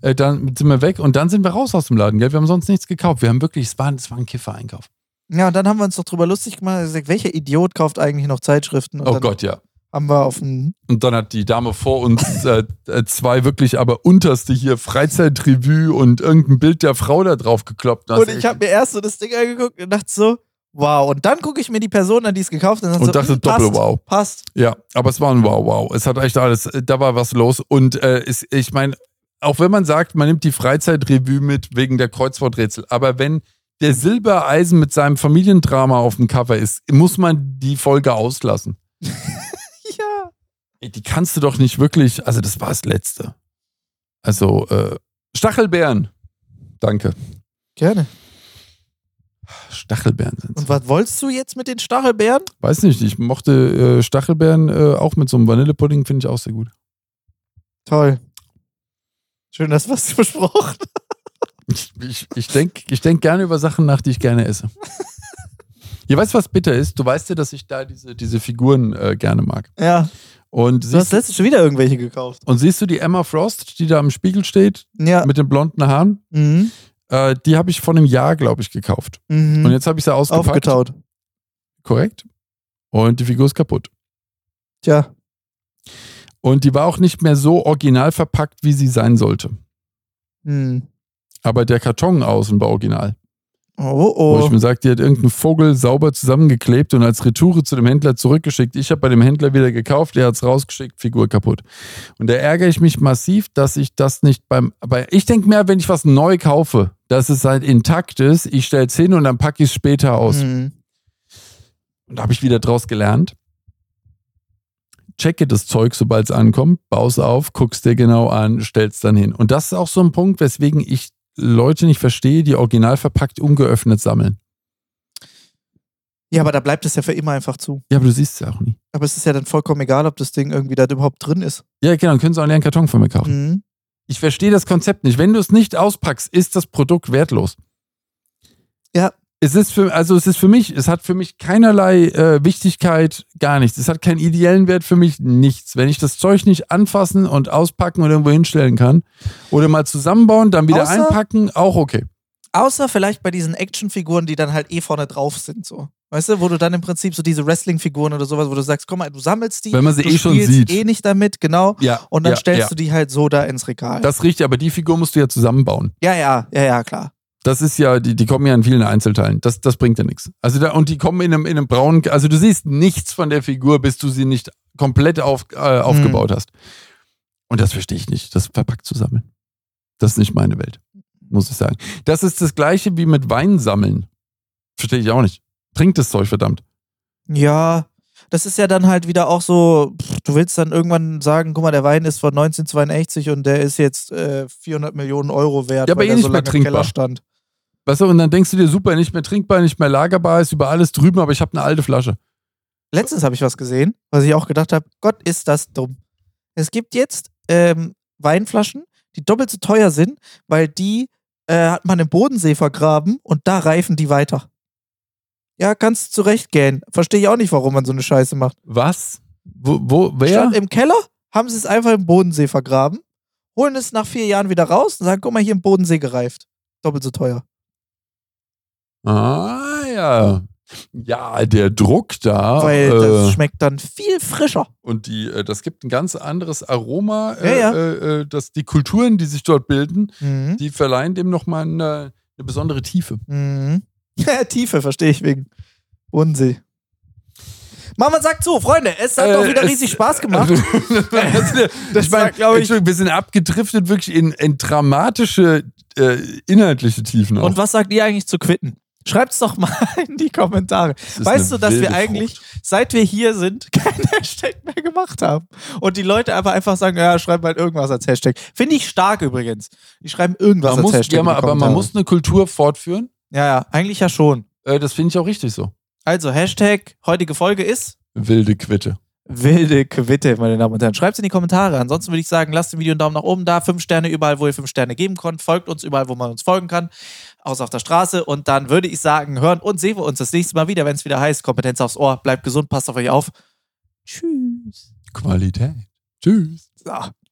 [SPEAKER 2] Äh, dann sind wir weg und dann sind wir raus aus dem Laden. Gell? Wir haben sonst nichts gekauft. Wir haben wirklich, es war, es war ein Kiffer-Einkauf.
[SPEAKER 1] Ja, und dann haben wir uns doch drüber lustig gemacht. Ich sag, welcher Idiot kauft eigentlich noch Zeitschriften? Und
[SPEAKER 2] Oh
[SPEAKER 1] dann
[SPEAKER 2] Gott, ja.
[SPEAKER 1] Haben wir auf dem.
[SPEAKER 2] Und dann hat die Dame vor uns äh, äh, zwei wirklich aber unterste hier Freizeitrevue und irgendein Bild der Frau da drauf gekloppt.
[SPEAKER 1] Und ich habe mir erst so das Ding angeguckt und dachte so, wow. Und dann gucke ich mir die Person an, die es gekauft hat. Und,
[SPEAKER 2] und
[SPEAKER 1] so,
[SPEAKER 2] dachte
[SPEAKER 1] hm, passt,
[SPEAKER 2] Doppel-Wow.
[SPEAKER 1] Passt. (laughs)
[SPEAKER 2] Ja, aber es war ein Wow, wow. Es hat echt alles, äh, da war was los. Und äh, es, ich meine, auch wenn man sagt, man nimmt die Freizeitrevue mit wegen der Kreuzworträtsel, aber wenn der Silbereisen mit seinem Familiendrama auf dem Cover ist, muss man die Folge auslassen.
[SPEAKER 1] Ja.
[SPEAKER 2] Ey, Die kannst du doch nicht wirklich, also das war das Letzte. Also, äh, Stachelbeeren. Danke.
[SPEAKER 1] Gerne.
[SPEAKER 2] Stachelbeeren sind
[SPEAKER 1] Und was wolltest du jetzt mit den Stachelbeeren?
[SPEAKER 2] Weiß nicht, ich mochte äh, Stachelbeeren äh, auch mit so einem Vanillepudding, finde ich auch sehr gut.
[SPEAKER 1] Toll. Schön, dass was (laughs) versprochen.
[SPEAKER 2] Ich, ich, ich denke ich denk gerne über Sachen nach, die ich gerne
[SPEAKER 1] (laughs)
[SPEAKER 2] esse. Ihr weißt, was bitter ist? Du weißt ja, dass ich da diese, diese Figuren äh, gerne mag.
[SPEAKER 1] Ja.
[SPEAKER 2] Und
[SPEAKER 1] Du hast
[SPEAKER 2] siehst,
[SPEAKER 1] letztens schon wieder irgendwelche gekauft.
[SPEAKER 2] und siehst du die Emma Frost, die da im Spiegel steht,
[SPEAKER 1] Ja.
[SPEAKER 2] mit den blonden Haaren?
[SPEAKER 1] Mhm.
[SPEAKER 2] Äh, die habe ich vor einem Jahr, glaube ich, gekauft.
[SPEAKER 1] Mhm.
[SPEAKER 2] Und jetzt habe ich sie ausgepackt.
[SPEAKER 1] Aufgetaut.
[SPEAKER 2] Korrekt. Und die Figur ist kaputt.
[SPEAKER 1] Tja.
[SPEAKER 2] Und die war auch nicht mehr so original verpackt, wie sie sein sollte.
[SPEAKER 1] Hm.
[SPEAKER 2] Aber der Karton außen war original.
[SPEAKER 1] Oh,
[SPEAKER 2] Wo ich
[SPEAKER 1] oh.
[SPEAKER 2] mir sage, die hat irgendeinen Vogel sauber zusammengeklebt und als Retoure zu dem Händler zurückgeschickt. Ich habe bei dem Händler wieder gekauft, der hat es rausgeschickt, Figur kaputt. Und da ärgere ich mich massiv, dass ich das nicht beim. Aber ich denke mehr, wenn ich was neu kaufe, dass es halt intakt ist, ich stelle es hin und dann packe ich es später aus.
[SPEAKER 1] Hm.
[SPEAKER 2] Und da habe ich wieder draus gelernt. Checke das Zeug, sobald es ankommt, baus auf, guckst dir genau an, stellst dann hin. Und das ist auch so ein Punkt, weswegen ich Leute nicht verstehe, die original verpackt ungeöffnet sammeln.
[SPEAKER 1] Ja, aber da bleibt es ja für immer einfach zu.
[SPEAKER 2] Ja, aber du siehst es ja auch nie.
[SPEAKER 1] Aber es ist ja dann vollkommen egal, ob das Ding irgendwie da überhaupt drin ist.
[SPEAKER 2] Ja, genau, dann können sie auch einen leeren Karton von mir kaufen.
[SPEAKER 1] Mhm.
[SPEAKER 2] Ich verstehe das Konzept nicht. Wenn du es nicht auspackst, ist das Produkt wertlos.
[SPEAKER 1] Ja.
[SPEAKER 2] Es ist für, also es ist für mich, es hat für mich keinerlei äh, Wichtigkeit, gar nichts. Es hat keinen ideellen Wert für mich, nichts. Wenn ich das Zeug nicht anfassen und auspacken und irgendwo hinstellen kann oder mal zusammenbauen, dann wieder
[SPEAKER 1] Außer-
[SPEAKER 2] einpacken, auch okay.
[SPEAKER 1] Außer vielleicht bei diesen Actionfiguren, die dann halt eh vorne drauf sind, so. Weißt du, wo du dann im Prinzip so diese Wrestling-Figuren oder sowas, wo du sagst, komm mal, du sammelst die,
[SPEAKER 2] Wenn man sie
[SPEAKER 1] du
[SPEAKER 2] eh schon
[SPEAKER 1] spielst
[SPEAKER 2] sieht.
[SPEAKER 1] eh nicht damit, genau.
[SPEAKER 2] Ja.
[SPEAKER 1] Und dann
[SPEAKER 2] ja,
[SPEAKER 1] stellst
[SPEAKER 2] ja.
[SPEAKER 1] du die halt so da ins Regal.
[SPEAKER 2] Das ist richtig, aber die Figur musst du ja zusammenbauen.
[SPEAKER 1] ja, ja, ja, ja, klar.
[SPEAKER 2] Das ist ja, die, die kommen ja in vielen Einzelteilen. Das, das bringt ja nichts. Also da, und die kommen in einem, in einem braunen, also du siehst nichts von der Figur, bis du sie nicht komplett auf, äh, aufgebaut hast. Und das verstehe ich nicht, das verpackt zu sammeln. Das ist nicht meine Welt, muss ich sagen. Das ist das gleiche wie mit Wein sammeln. Verstehe ich auch nicht. Trinkt das Zeug, verdammt.
[SPEAKER 1] Ja, das ist ja dann halt wieder auch so, pff, du willst dann irgendwann sagen, guck mal, der Wein ist von 1982 und der ist jetzt äh, 400 Millionen Euro wert,
[SPEAKER 2] Ja, aber
[SPEAKER 1] weil
[SPEAKER 2] eh
[SPEAKER 1] der
[SPEAKER 2] nicht
[SPEAKER 1] so lange
[SPEAKER 2] mehr
[SPEAKER 1] im
[SPEAKER 2] trinkbar.
[SPEAKER 1] Keller stand.
[SPEAKER 2] Weißt du, und dann denkst du dir, super, nicht mehr trinkbar, nicht mehr lagerbar, ist über alles drüben, aber ich habe eine alte Flasche.
[SPEAKER 1] Letztens habe ich was gesehen, was ich auch gedacht habe, Gott, ist das dumm. Es gibt jetzt ähm, Weinflaschen, die doppelt so teuer sind, weil die äh, hat man im Bodensee vergraben und da reifen die weiter. Ja, kannst zu Recht gähn. Verstehe ich auch nicht, warum man so eine Scheiße macht.
[SPEAKER 2] Was? Wo, wo wer?
[SPEAKER 1] Stand im Keller, haben sie es einfach im Bodensee vergraben, holen es nach vier Jahren wieder raus und sagen, guck mal, hier im Bodensee gereift. Doppelt so teuer.
[SPEAKER 2] Ah, ja. Ja, der Druck da.
[SPEAKER 1] weil
[SPEAKER 2] äh,
[SPEAKER 1] das schmeckt dann viel frischer.
[SPEAKER 2] Und die, äh, das gibt ein ganz anderes Aroma.
[SPEAKER 1] Ja,
[SPEAKER 2] Äh,
[SPEAKER 1] ja.
[SPEAKER 2] Äh, äh, dass die Kulturen, die sich dort bilden,
[SPEAKER 1] Mhm.
[SPEAKER 2] die verleihen dem nochmal eine, eine besondere Tiefe.
[SPEAKER 1] Mhm. (laughs) Tiefe, verstehe ich wegen. Bodensee. Mama sagt zu, Freunde, es hat
[SPEAKER 2] Äh,
[SPEAKER 1] doch wieder
[SPEAKER 2] es-
[SPEAKER 1] riesig Spaß
[SPEAKER 2] (laughs)
[SPEAKER 1] gemacht.
[SPEAKER 2] Also, das
[SPEAKER 1] war, glaub ich-
[SPEAKER 2] wir sind abgedriftet wirklich in, in dramatische äh, inhaltliche Tiefen. Auch.
[SPEAKER 1] Und was sagt ihr eigentlich zu quitten? Schreibt's doch mal (laughs) in die Kommentare.
[SPEAKER 2] Das ist
[SPEAKER 1] Weißt du,
[SPEAKER 2] eine
[SPEAKER 1] dass wir
[SPEAKER 2] wilde
[SPEAKER 1] eigentlich,
[SPEAKER 2] Frucht.
[SPEAKER 1] seit wir hier sind, (laughs) keinen Hashtag mehr gemacht haben? Und die Leute einfach einfach sagen, ja, schreib halt irgendwas als Hashtag. Finde ich stark übrigens. Die schreiben irgendwas als
[SPEAKER 2] Man muss,
[SPEAKER 1] Hashtag.
[SPEAKER 2] ja,
[SPEAKER 1] in
[SPEAKER 2] mal,
[SPEAKER 1] die
[SPEAKER 2] aber man
[SPEAKER 1] Kommentare.
[SPEAKER 2] muss eine Kultur fortführen.
[SPEAKER 1] Ja, ja, eigentlich ja schon.
[SPEAKER 2] Äh, das finde ich auch richtig so.
[SPEAKER 1] Also, Hashtag heutige Folge ist
[SPEAKER 2] Wilde Quitte.
[SPEAKER 1] wilde Quitte, meine Damen und Herren. Schreibt in die Kommentare. Ansonsten würde ich sagen, lasst dem Video einen Daumen nach oben da. Fünf Sterne überall, wo ihr fünf Sterne geben könnt. Folgt uns überall, wo man uns folgen kann. Außer auf der Straße. Und dann würde ich sagen, hören und sehen wir uns das nächste Mal wieder, wenn es wieder heißt. Kompetenz aufs Ohr. Bleibt gesund, passt auf euch auf. Tschüss.
[SPEAKER 2] Qualität. Tschüss.
[SPEAKER 1] So.